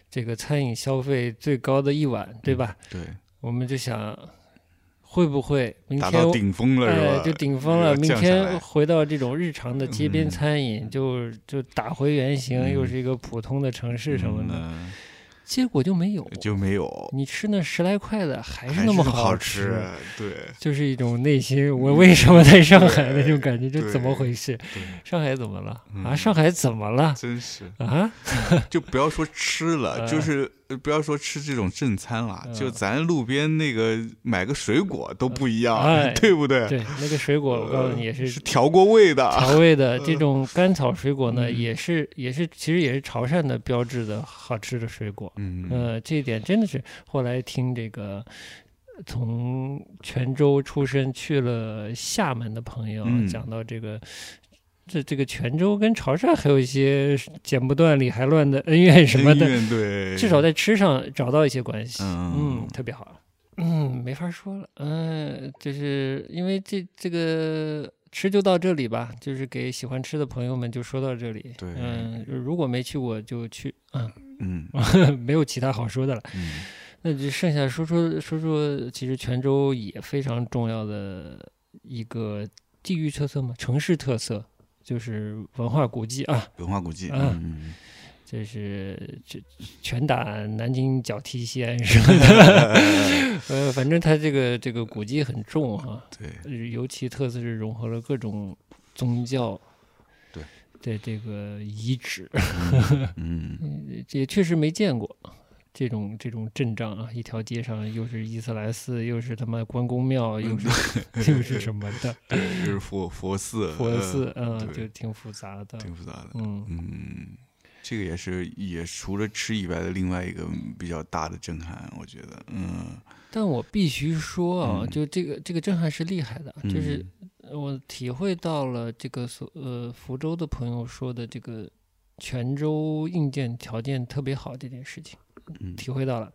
[SPEAKER 2] 这个餐饮消费最高的一晚，对吧？
[SPEAKER 1] 对，
[SPEAKER 2] 我们就想，会不会明
[SPEAKER 1] 达
[SPEAKER 2] 天
[SPEAKER 1] 到顶峰了是
[SPEAKER 2] 哎
[SPEAKER 1] 吧？
[SPEAKER 2] 就顶峰
[SPEAKER 1] 要
[SPEAKER 2] 了？明
[SPEAKER 1] 降下
[SPEAKER 2] 天
[SPEAKER 1] 来
[SPEAKER 2] 回到这种日常的街边餐饮，就就打回原形，
[SPEAKER 1] 嗯
[SPEAKER 2] 又是一个普通的城市什么的，
[SPEAKER 1] 嗯
[SPEAKER 2] 结果就没有。
[SPEAKER 1] 就没有，
[SPEAKER 2] 你吃那十来块的，还
[SPEAKER 1] 还
[SPEAKER 2] 那么
[SPEAKER 1] 好
[SPEAKER 2] 吃。
[SPEAKER 1] 对，
[SPEAKER 2] 就是一种内心，我为什么在上海那种感觉，就
[SPEAKER 1] 对
[SPEAKER 2] 怎么回事？
[SPEAKER 1] 对，
[SPEAKER 2] 上海怎么了啊？
[SPEAKER 1] 嗯
[SPEAKER 2] 上海怎么了
[SPEAKER 1] 真是
[SPEAKER 2] 啊？
[SPEAKER 1] 就不要说吃
[SPEAKER 2] *laughs*
[SPEAKER 1] 了，就
[SPEAKER 2] 哎
[SPEAKER 1] 是呃不要说吃这种正餐了，就
[SPEAKER 2] 嗯
[SPEAKER 1] 咱路边那个买个水果都不一样，
[SPEAKER 2] 哎
[SPEAKER 1] *laughs* 对不对？
[SPEAKER 2] 对，那个水果，我告诉你也是
[SPEAKER 1] 是调过味的，
[SPEAKER 2] 调味的这种甘草水果呢，
[SPEAKER 1] 嗯
[SPEAKER 2] 也是也是其实也是潮汕的标志的好吃的水果。
[SPEAKER 1] 嗯
[SPEAKER 2] 呃，这一点真的是后来听这个呃从泉州出身去了厦门的朋友
[SPEAKER 1] 嗯
[SPEAKER 2] 讲到这个。这这个泉州跟潮汕还有一些剪不断理还乱的恩怨什么
[SPEAKER 1] 恩
[SPEAKER 2] 的，
[SPEAKER 1] 怨对，
[SPEAKER 2] 至少在吃上找到一些关系，
[SPEAKER 1] 嗯
[SPEAKER 2] 嗯，特别好，嗯，没法说了，嗯，就是因为这这个吃就到这里吧，就是给喜欢吃的朋友们就说到这里，
[SPEAKER 1] 对
[SPEAKER 2] 嗯，如果没去过就去， *laughs* 嗯，
[SPEAKER 1] 嗯
[SPEAKER 2] *laughs* 没有其他好说的了，
[SPEAKER 1] 嗯
[SPEAKER 2] 那就剩下说说说说，其实泉州也非常重要的一个地域特色嘛，城市特色就是文化古迹啊，
[SPEAKER 1] 文化古迹，
[SPEAKER 2] 啊
[SPEAKER 1] 嗯，
[SPEAKER 2] 这是这拳打南京脚踢西安什么的， *laughs* 呃，反正它这个这个古迹很重哈、
[SPEAKER 1] 对，
[SPEAKER 2] 呃尤其特色是融合了各种宗教，
[SPEAKER 1] 对
[SPEAKER 2] 的这个遗址， *laughs*
[SPEAKER 1] 嗯，
[SPEAKER 2] 也确实没见过这种这种阵仗啊！一条街上又是伊斯兰寺，又是他妈关公庙，又是又
[SPEAKER 1] *laughs*
[SPEAKER 2] 是什么的
[SPEAKER 1] 对，就是佛佛寺，
[SPEAKER 2] 佛
[SPEAKER 1] 嗯呃
[SPEAKER 2] 寺，嗯，
[SPEAKER 1] 对
[SPEAKER 2] 就挺复杂的，
[SPEAKER 1] 挺复杂的，
[SPEAKER 2] 嗯。
[SPEAKER 1] 嗯，这个也是也除了吃以外的另外一个比较大的震撼，我觉得，嗯
[SPEAKER 2] 但我必须说啊，
[SPEAKER 1] 嗯
[SPEAKER 2] 就这个这个震撼是厉害的，
[SPEAKER 1] 嗯，
[SPEAKER 2] 就是我体会到了这个所呃福州的朋友说的这个泉州硬件条件特别好这件事情，
[SPEAKER 1] 嗯
[SPEAKER 2] 体会到了。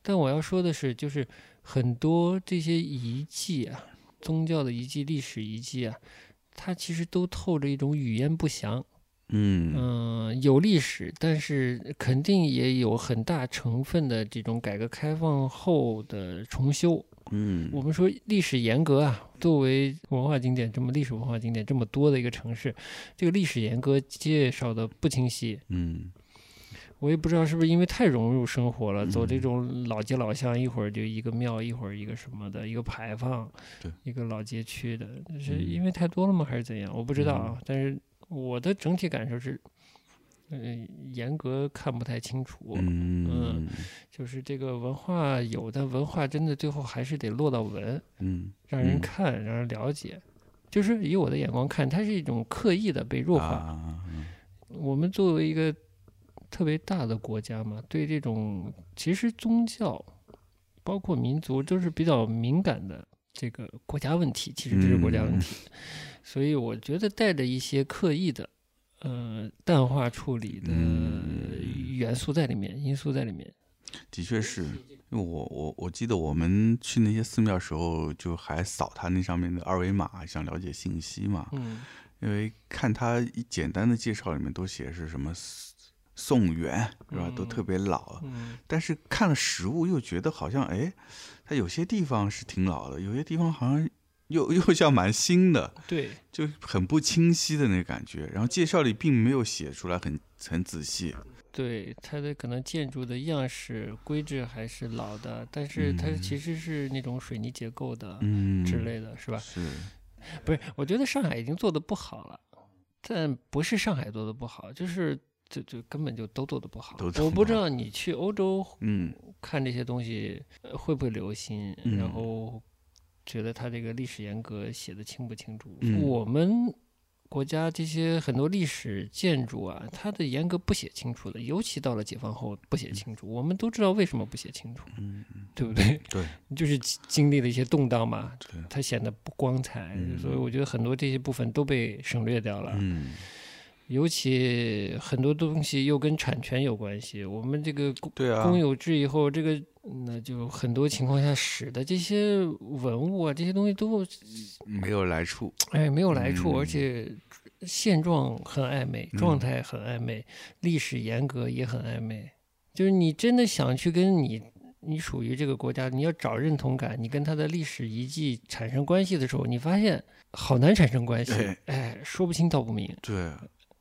[SPEAKER 2] 但我要说的是，就是很多这些遗迹啊，宗教的遗迹、历史遗迹啊，它其实都透着一种语言不详。
[SPEAKER 1] 嗯
[SPEAKER 2] 嗯、有历史，但是肯定也有很大成分的这种改革开放后的重修。
[SPEAKER 1] 嗯，
[SPEAKER 2] 我们说历史沿革啊，作为文化景点这么历史文化景点这么多的一个城市，这个历史沿革介绍的不清晰，
[SPEAKER 1] 嗯
[SPEAKER 2] 我也不知道是不是因为太融入生活了，走这
[SPEAKER 1] 嗯
[SPEAKER 2] 种老街老巷，一会儿就一个庙，一会儿一个什么的，一个牌坊，
[SPEAKER 1] 对，
[SPEAKER 2] 一个老街区的，是
[SPEAKER 1] 嗯
[SPEAKER 2] 因为太多了吗，还是怎样？我不知道啊，但是我的整体感受是，嗯、严格看不太清楚。呃
[SPEAKER 1] 嗯
[SPEAKER 2] 就是这个文化有，但文化真的最后还是得落到文，
[SPEAKER 1] 嗯，
[SPEAKER 2] 让人
[SPEAKER 1] 嗯
[SPEAKER 2] 看，让人了解。就是以我的眼光看，它是一种刻意的被弱化。
[SPEAKER 1] 啊，嗯
[SPEAKER 2] 我们作为一个特别大的国家嘛，对这种其实宗教包括民族都是比较敏感的这个国家问题，其实这是国家
[SPEAKER 1] 嗯
[SPEAKER 2] 问题。所以我觉得带着一些刻意的呃淡化处理的
[SPEAKER 1] 嗯
[SPEAKER 2] 元素在里面，因素在里面。
[SPEAKER 1] 的确是，因为我我我记得我们去那些寺庙时候，就还扫他那上面的二维码，想了解信息嘛。
[SPEAKER 2] 嗯
[SPEAKER 1] 因为看他一简单的介绍里面都写是什么宋元是吧，都
[SPEAKER 2] 嗯
[SPEAKER 1] 特别老，
[SPEAKER 2] 嗯
[SPEAKER 1] 但是看了实物又觉得好像哎，它有些地方是挺老的，有些地方好像又又像蛮新的，
[SPEAKER 2] 对，
[SPEAKER 1] 就很不清晰的那感觉。然后介绍里并没有写出来很很仔细，
[SPEAKER 2] 对，它的可能建筑的样式规制还是老的，但是它
[SPEAKER 1] 嗯
[SPEAKER 2] 其实是那种水泥结构的
[SPEAKER 1] 嗯
[SPEAKER 2] 之类的，是吧？
[SPEAKER 1] 是，
[SPEAKER 2] 不是，我觉得上海已经做的不好了，但不是上海做的不好，就是就就根本就都做的不好。
[SPEAKER 1] 都做
[SPEAKER 2] 我
[SPEAKER 1] 不
[SPEAKER 2] 不知
[SPEAKER 1] 好
[SPEAKER 2] 道你去欧洲
[SPEAKER 1] 嗯
[SPEAKER 2] 看这些东西呃会不会留心，
[SPEAKER 1] 嗯
[SPEAKER 2] 然后觉得他这个历史沿革写的清不清楚？
[SPEAKER 1] 嗯
[SPEAKER 2] 我们国家这些很多历史建筑啊，它的沿革不写清楚的，尤其到了解放后不写清楚。我们都知道为什么不写清楚，
[SPEAKER 1] 嗯，
[SPEAKER 2] 对不对？
[SPEAKER 1] 对，
[SPEAKER 2] *laughs* 就是经经历了一些动荡嘛，
[SPEAKER 1] 对，
[SPEAKER 2] 它显得不光彩，
[SPEAKER 1] 嗯
[SPEAKER 2] 所以我觉得很多这些部分都被省略掉了。
[SPEAKER 1] 嗯
[SPEAKER 2] 尤其很多东西又跟产权有关系，我们这个公
[SPEAKER 1] 对啊，
[SPEAKER 2] 公有制以后，这个那就很多情况下使得这些文物啊，这些东西都
[SPEAKER 1] 没有来处，
[SPEAKER 2] 哎没有来处，
[SPEAKER 1] 嗯
[SPEAKER 2] 而且现状很暧昧，
[SPEAKER 1] 嗯
[SPEAKER 2] 状态很暧昧，历史严格也很暧昧。就是你真的想去跟你你属于这个国家，你要找认同感，你跟它的历史遗迹产生关系的时候，你发现好难产生关系
[SPEAKER 1] 对，
[SPEAKER 2] 哎，说不清道不明，
[SPEAKER 1] 对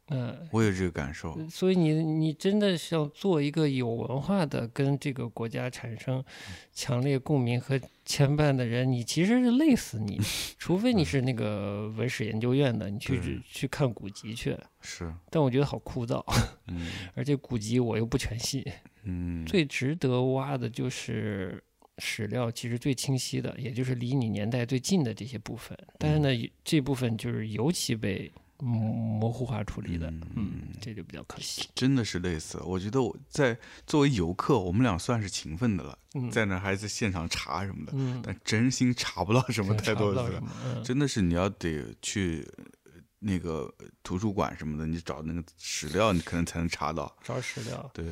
[SPEAKER 2] 嗯、
[SPEAKER 1] 我有这个感受，
[SPEAKER 2] 所以你你真的想做一个有文化的，跟这个国家产生强烈共鸣和牵绊的人，你其实是累死你，除非你是那个文史研究院的，你
[SPEAKER 1] 嗯对
[SPEAKER 2] 去去看古籍去。
[SPEAKER 1] 是，
[SPEAKER 2] 但我觉得好枯燥，
[SPEAKER 1] 嗯
[SPEAKER 2] 而且古籍我又不全信。
[SPEAKER 1] 嗯，
[SPEAKER 2] 最值得挖的就是史料，其实最清晰的，也就是离你年代最近的这些部分。但是
[SPEAKER 1] 嗯
[SPEAKER 2] 呢，这部分就是尤其被模模糊化处理的，嗯，这就比较可惜。
[SPEAKER 1] 真的是累死了。我觉得我在作为游客，我们俩算是勤奋的了，
[SPEAKER 2] 嗯，
[SPEAKER 1] 在那还在现场查什么的，
[SPEAKER 2] 嗯，
[SPEAKER 1] 但真心查不到什么
[SPEAKER 2] 真
[SPEAKER 1] 太
[SPEAKER 2] 查不
[SPEAKER 1] 多
[SPEAKER 2] 到
[SPEAKER 1] 资
[SPEAKER 2] 什
[SPEAKER 1] 料。
[SPEAKER 2] 么嗯
[SPEAKER 1] 真的是你要得去呃那个呃图书馆什么的，你找那个史料，你可能才能查到。
[SPEAKER 2] 找史料。
[SPEAKER 1] 对，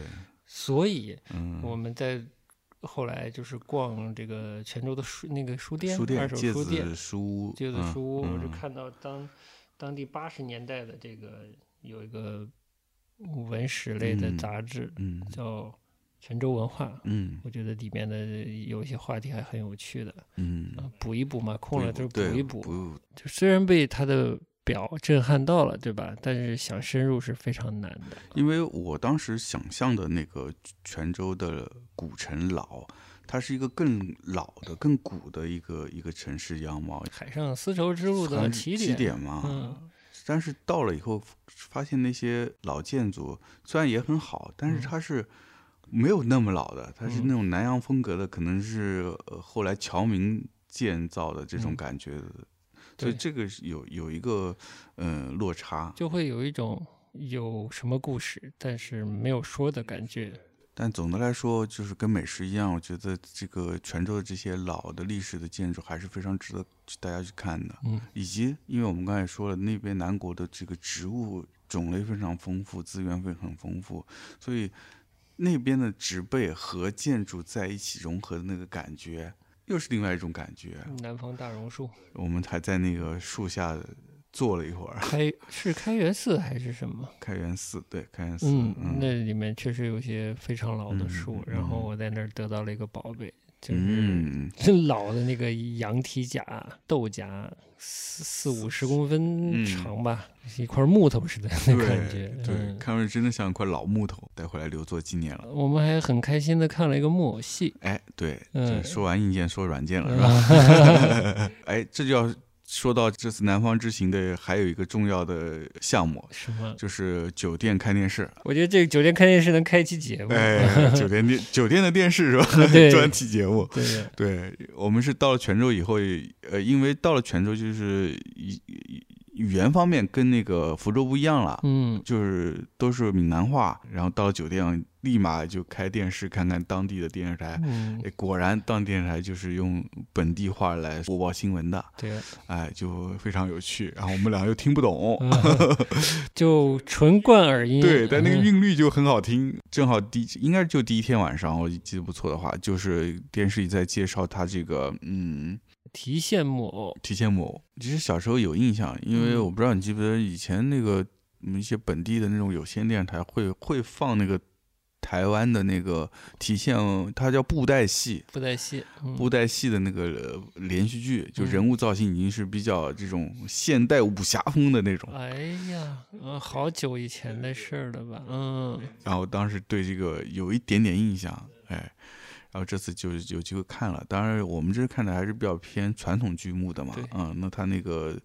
[SPEAKER 2] 所以
[SPEAKER 1] 嗯，
[SPEAKER 2] 我们在后来就是逛这个泉州的书那个书店，
[SPEAKER 1] 书
[SPEAKER 2] 二
[SPEAKER 1] 店、
[SPEAKER 2] 手
[SPEAKER 1] 芥
[SPEAKER 2] 书店
[SPEAKER 1] 子、书、
[SPEAKER 2] 芥子
[SPEAKER 1] 嗯
[SPEAKER 2] 书屋，我就
[SPEAKER 1] 嗯
[SPEAKER 2] 看到当当地八十年代的这个有一个文史类的
[SPEAKER 1] 嗯
[SPEAKER 2] 杂志，
[SPEAKER 1] 嗯
[SPEAKER 2] 叫《泉州文化》。
[SPEAKER 1] 嗯
[SPEAKER 2] 我觉得里面的有一些话题还很有趣的，
[SPEAKER 1] 嗯，
[SPEAKER 2] 啊，补一补嘛，空了就补
[SPEAKER 1] 对
[SPEAKER 2] 一
[SPEAKER 1] 补
[SPEAKER 2] 补。就虽然被他的表震撼到了，对吧？但是想深入是非常难的。
[SPEAKER 1] 因为我当时想象的那个泉州的古城老，它是一个更老的、更古的一个一个城市样貌，
[SPEAKER 2] 海上丝绸之路
[SPEAKER 1] 好
[SPEAKER 2] 的
[SPEAKER 1] 像
[SPEAKER 2] 起
[SPEAKER 1] 是
[SPEAKER 2] 点。
[SPEAKER 1] 起点啊嘛。
[SPEAKER 2] 嗯，
[SPEAKER 1] 但是到了以后，发现那些老建筑虽然也很好，但是它是没有那么老的，它是
[SPEAKER 2] 嗯
[SPEAKER 1] 那种南洋风格的，可能是呃后来侨民建造的这种
[SPEAKER 2] 嗯
[SPEAKER 1] 感觉的所以
[SPEAKER 2] 对，
[SPEAKER 1] 这个是有有一个呃落差。
[SPEAKER 2] 就会有一种有什么故事，但是没有说的感觉。
[SPEAKER 1] 但总的来说，就是跟美食一样，我觉得这个泉州的这些老的历史的建筑还是非常值得去大家去看的。
[SPEAKER 2] 嗯，
[SPEAKER 1] 以及因为我们刚才也说了，那边南国的这个植物种类非常丰富，资源会很丰富，所以那边的植被和建筑在一起融合的那个感觉，又是另外一种感觉。
[SPEAKER 2] 南方大榕树，
[SPEAKER 1] 我们还在那个树下坐了一会儿，
[SPEAKER 2] 开是开元寺还是什么？
[SPEAKER 1] 开元寺，对，开元寺，
[SPEAKER 2] 嗯，
[SPEAKER 1] 嗯，
[SPEAKER 2] 那里面确实有些非常老的树，
[SPEAKER 1] 嗯嗯
[SPEAKER 2] 然后我在那儿得到了一个宝贝，就是 *laughs*
[SPEAKER 1] 嗯，
[SPEAKER 2] 最老的那个羊蹄甲、豆荚，四四五十公
[SPEAKER 1] 嗯
[SPEAKER 2] 分长吧，一块木头似的那
[SPEAKER 1] 对
[SPEAKER 2] 感觉。
[SPEAKER 1] 对，
[SPEAKER 2] 嗯
[SPEAKER 1] 看上去真的像一块老木头，带回来留作纪念了。
[SPEAKER 2] 我们还很开心的看了一个木偶戏，
[SPEAKER 1] 哎，对，
[SPEAKER 2] 嗯
[SPEAKER 1] 这说完硬件说软件了是吧？
[SPEAKER 2] 嗯
[SPEAKER 1] *laughs*
[SPEAKER 2] *laughs*
[SPEAKER 1] 哎，这就要说到这次南方之行的，还有一个重要的项目，
[SPEAKER 2] 什么？
[SPEAKER 1] 就是酒店看电视。
[SPEAKER 2] 我觉得这个酒店看电视能开一期节目。
[SPEAKER 1] 哎，酒店电酒店的电视是吧？
[SPEAKER 2] *laughs* 对
[SPEAKER 1] 专题节目。
[SPEAKER 2] 对的，
[SPEAKER 1] 对我们是到了泉州以后，呃，因为到了泉州就是语语言方面跟那个福州不一样了， *laughs*
[SPEAKER 2] 嗯，
[SPEAKER 1] 就是都是闽南话。然后到了酒店，立马就开电视看看当地的电视台。
[SPEAKER 2] 嗯，
[SPEAKER 1] 哎果然，当地电视台就是用本地话来播报新闻的，*laughs*
[SPEAKER 2] 对啊，
[SPEAKER 1] 哎，就非常有趣。然后我们俩又听不懂，
[SPEAKER 2] 嗯就纯灌耳音。
[SPEAKER 1] 对，但那个
[SPEAKER 2] 嗯
[SPEAKER 1] 韵律就很好听。正好第应该就第一天晚上，我记得不错的话，就是电视里在介绍他这个嗯
[SPEAKER 2] 提线木偶，
[SPEAKER 1] 提线木偶。其实小时候有印象，因为
[SPEAKER 2] 嗯
[SPEAKER 1] 我不知道你记不记得以前那个嗯一些本地的那种有线电视台会会放那个台湾的那个提线，它叫布袋戏。
[SPEAKER 2] 布袋戏，嗯
[SPEAKER 1] 布袋戏的那个呃连续剧，就
[SPEAKER 2] 嗯
[SPEAKER 1] 人物造型已经是比较这种现代武侠风的那种。
[SPEAKER 2] 哎呀，嗯，好久以前的事儿了吧？嗯，
[SPEAKER 1] 然后当时对这个有一点点印象，哎，然后这次就有机会看了。当然，我们这看的还是比较偏传统剧目的嘛
[SPEAKER 2] 对，
[SPEAKER 1] 嗯，那他那个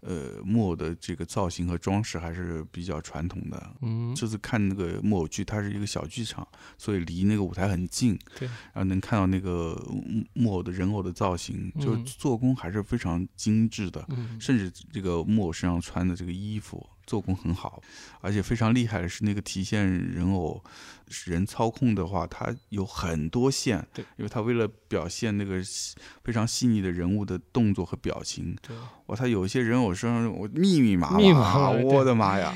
[SPEAKER 1] 呃木偶的这个造型和装饰还是比较传统的。
[SPEAKER 2] 嗯，
[SPEAKER 1] 这次看那个木偶剧，它是一个小剧场，所以离那个舞台很近，
[SPEAKER 2] 对，
[SPEAKER 1] 然后能看到那个木木偶的人偶的造型，就
[SPEAKER 2] 嗯
[SPEAKER 1] 做工还是非常精致的。
[SPEAKER 2] 嗯，
[SPEAKER 1] 甚至这个木偶身上穿的这个衣服做工很好，而且非常厉害的是那个提线人偶，人操控的话，它有很多线，
[SPEAKER 2] 对，
[SPEAKER 1] 因为它为了表现那个细非常细腻的人物的动作和表情，
[SPEAKER 2] 对，
[SPEAKER 1] 哇，它有一些人偶身上我密密麻麻，
[SPEAKER 2] 密麻麻
[SPEAKER 1] 我的妈
[SPEAKER 2] *laughs*
[SPEAKER 1] 呀，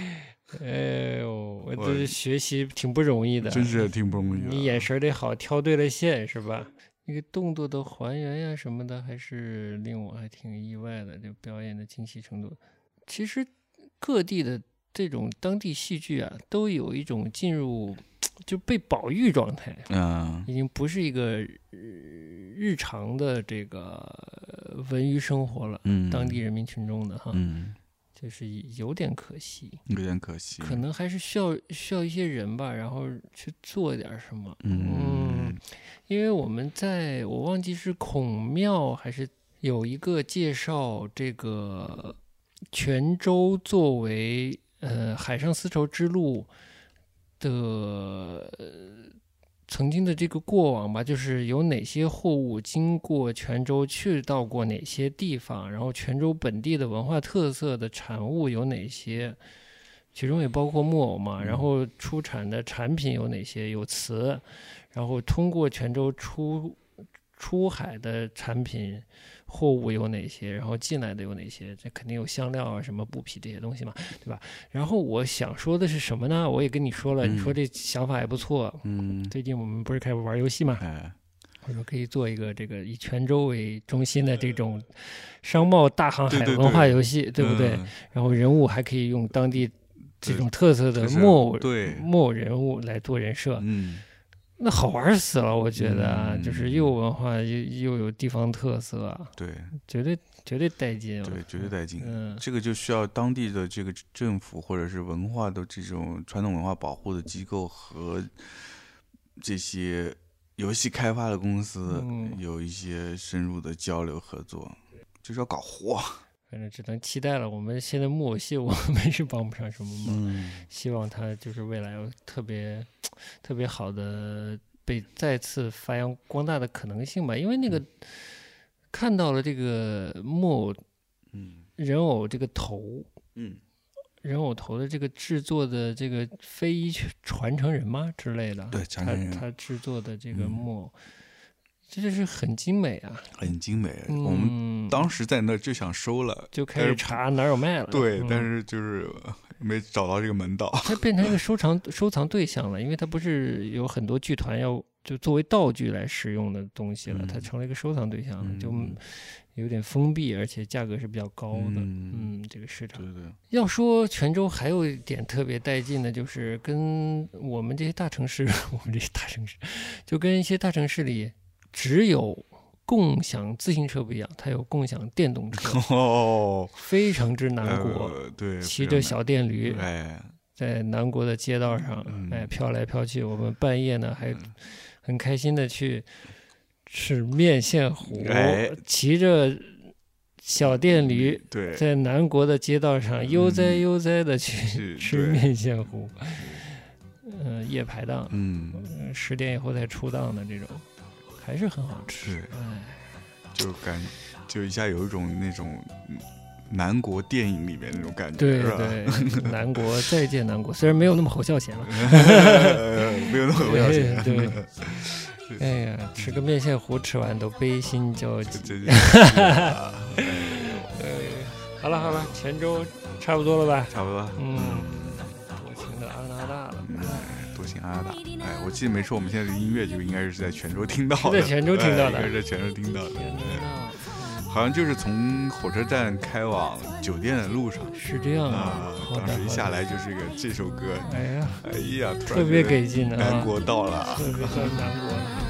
[SPEAKER 2] 哎呦，我
[SPEAKER 1] 我
[SPEAKER 2] 这学习挺不容易的，
[SPEAKER 1] 真是挺不容易的。
[SPEAKER 2] 你眼神儿得好，挑对了线是吧？那个动作的还原呀什么的，还是令我还挺意外的，就表演的精细程度。其实各地的这种当地戏剧啊，都有一种进入就被保育状态，
[SPEAKER 1] 嗯，
[SPEAKER 2] 已经不是一个呃日常的这个呃文娱生活了，
[SPEAKER 1] 嗯，
[SPEAKER 2] 当地，人民群众的哈，
[SPEAKER 1] 嗯，
[SPEAKER 2] 就是有点可惜，
[SPEAKER 1] 有点可惜，
[SPEAKER 2] 可能还是需要需要一些人吧，然后去做点什么，
[SPEAKER 1] 嗯，
[SPEAKER 2] 因为我们在我忘记是孔庙还是有一个介绍这个泉州作为呃海上丝绸之路的、呃曾经的这个过往吧，就是有哪些货物经过泉州去到过哪些地方，然后泉州本地的文化特色的产物有哪些。其中也包括木偶嘛，然后出产的产品有哪些？有瓷，然后通过泉州出出海的产品货物有哪些，然后进来的有哪些，这肯定有香料啊、什么布匹这些东西嘛，对吧？然后我想说的是什么呢？我也跟你说了，
[SPEAKER 1] 嗯
[SPEAKER 2] 你说这想法也不错。
[SPEAKER 1] 嗯，
[SPEAKER 2] 最近我们不是开始玩游戏嘛，
[SPEAKER 1] 哎，
[SPEAKER 2] 我说可以做一个这个以泉州为中心的这种商贸大航海
[SPEAKER 1] 对对对
[SPEAKER 2] 文化游戏，对不对？
[SPEAKER 1] 嗯？
[SPEAKER 2] 然后人物还可以用当地这
[SPEAKER 1] 对
[SPEAKER 2] 种特色
[SPEAKER 1] 特
[SPEAKER 2] 的
[SPEAKER 1] 色
[SPEAKER 2] 木偶
[SPEAKER 1] 对
[SPEAKER 2] 木偶人物来做人设，
[SPEAKER 1] 嗯，
[SPEAKER 2] 那好玩死了，我觉得啊，
[SPEAKER 1] 嗯
[SPEAKER 2] 就是又有文化又又有地方特色，
[SPEAKER 1] 对
[SPEAKER 2] 绝对绝对带劲。
[SPEAKER 1] 对，绝对带劲。
[SPEAKER 2] 嗯，
[SPEAKER 1] 这个就需要当地的这个政府或者是文化的这种传统文化保护的机构和这些游戏开发的公司
[SPEAKER 2] 嗯
[SPEAKER 1] 有一些深入的交流合作，就是要搞活。
[SPEAKER 2] 反正只能期待了。我们现在木偶戏，我们是帮不上什么忙，
[SPEAKER 1] 嗯
[SPEAKER 2] *laughs* 希望它就是未来有特别特别好的被再次发扬光大的可能性吧。因为那
[SPEAKER 1] 嗯
[SPEAKER 2] 个看到了这个木偶
[SPEAKER 1] 嗯
[SPEAKER 2] 人偶这个头。
[SPEAKER 1] 嗯，
[SPEAKER 2] 人偶头的这个制作的这个非遗传承人吗之类的，
[SPEAKER 1] 对，长
[SPEAKER 2] 他
[SPEAKER 1] 城人
[SPEAKER 2] 他制作的这个
[SPEAKER 1] 嗯
[SPEAKER 2] 木偶，这就是很精美啊。
[SPEAKER 1] 很精美，我们
[SPEAKER 2] 嗯，
[SPEAKER 1] 当时在那儿就想收了，
[SPEAKER 2] 就开
[SPEAKER 1] 但
[SPEAKER 2] 始
[SPEAKER 1] 是
[SPEAKER 2] 查哪儿有卖了。
[SPEAKER 1] 对，
[SPEAKER 2] 嗯
[SPEAKER 1] 但是就是呃没找到这个门道。
[SPEAKER 2] 它变成一个收藏收藏对象了，因为它不是有很多剧团要就作为道具来使用的东西了，它
[SPEAKER 1] 嗯
[SPEAKER 2] 成了一个收藏对象了，就
[SPEAKER 1] 嗯
[SPEAKER 2] 有点封闭，而且价格是比较高的。
[SPEAKER 1] 嗯
[SPEAKER 2] 嗯，这个市场
[SPEAKER 1] 对对，
[SPEAKER 2] 要说泉州还有一点特别带劲的，就是跟我们这些大城市， *laughs* 我们这些大城市，就跟一些大城市里只有共享自行车不一样，它有共享电
[SPEAKER 1] *laughs*
[SPEAKER 2] 动车，
[SPEAKER 1] 哦，
[SPEAKER 2] 非常之 *laughs* 难国。
[SPEAKER 1] 呃，对，
[SPEAKER 2] 嗯骑
[SPEAKER 1] 非
[SPEAKER 2] 着
[SPEAKER 1] 常
[SPEAKER 2] 小电
[SPEAKER 1] 难
[SPEAKER 2] 驴
[SPEAKER 1] 哎，
[SPEAKER 2] 在南国的街道上，
[SPEAKER 1] 嗯
[SPEAKER 2] 哎，飘来飘去。我们半夜呢还
[SPEAKER 1] 嗯
[SPEAKER 2] 很开心的去吃面线糊
[SPEAKER 1] 哎，
[SPEAKER 2] 骑着小电驴
[SPEAKER 1] 对，
[SPEAKER 2] 在南国的街道上悠哉
[SPEAKER 1] 嗯
[SPEAKER 2] 悠哉的去 *laughs*
[SPEAKER 1] 是
[SPEAKER 2] 吃
[SPEAKER 1] 对
[SPEAKER 2] 面线糊，嗯，夜
[SPEAKER 1] *laughs*
[SPEAKER 2] 排档，
[SPEAKER 1] 嗯，
[SPEAKER 2] 十点以后才出档的这种，还是很好吃。
[SPEAKER 1] 是，
[SPEAKER 2] 哎，
[SPEAKER 1] 就感就一下有一种那种嗯南国电影里面那种感觉，
[SPEAKER 2] 对
[SPEAKER 1] 是吧？
[SPEAKER 2] 对，南国再见南国，虽然没有那么侯孝贤了，
[SPEAKER 1] *laughs* *laughs* 没有那么要
[SPEAKER 2] 对
[SPEAKER 1] 钱，
[SPEAKER 2] *laughs*
[SPEAKER 1] *laughs*
[SPEAKER 2] 对，哎呀，吃个面线糊吃完都悲心交集。
[SPEAKER 1] 这这啊
[SPEAKER 2] 好了好了，泉州差不多了吧？
[SPEAKER 1] 差不多吧，
[SPEAKER 2] 嗯，多情的阿那大了，
[SPEAKER 1] 嗯，多情阿达，哎，我记得没错，我们现在的音乐就应该是在泉州听到的，
[SPEAKER 2] 是在泉州听到的
[SPEAKER 1] 哎应该是在泉州听到的，
[SPEAKER 2] 天哪，
[SPEAKER 1] 好像就是从火车站开往酒店的路上。
[SPEAKER 2] 是这样啊
[SPEAKER 1] 啊，，
[SPEAKER 2] 好的
[SPEAKER 1] 当时一下
[SPEAKER 2] 好的，
[SPEAKER 1] 来就是个这首歌，
[SPEAKER 2] 哎呀，
[SPEAKER 1] 哎呀，突然
[SPEAKER 2] 特别
[SPEAKER 1] 觉得
[SPEAKER 2] 给劲的
[SPEAKER 1] 南
[SPEAKER 2] 啊，
[SPEAKER 1] 国到了啊！
[SPEAKER 2] 特别像南国。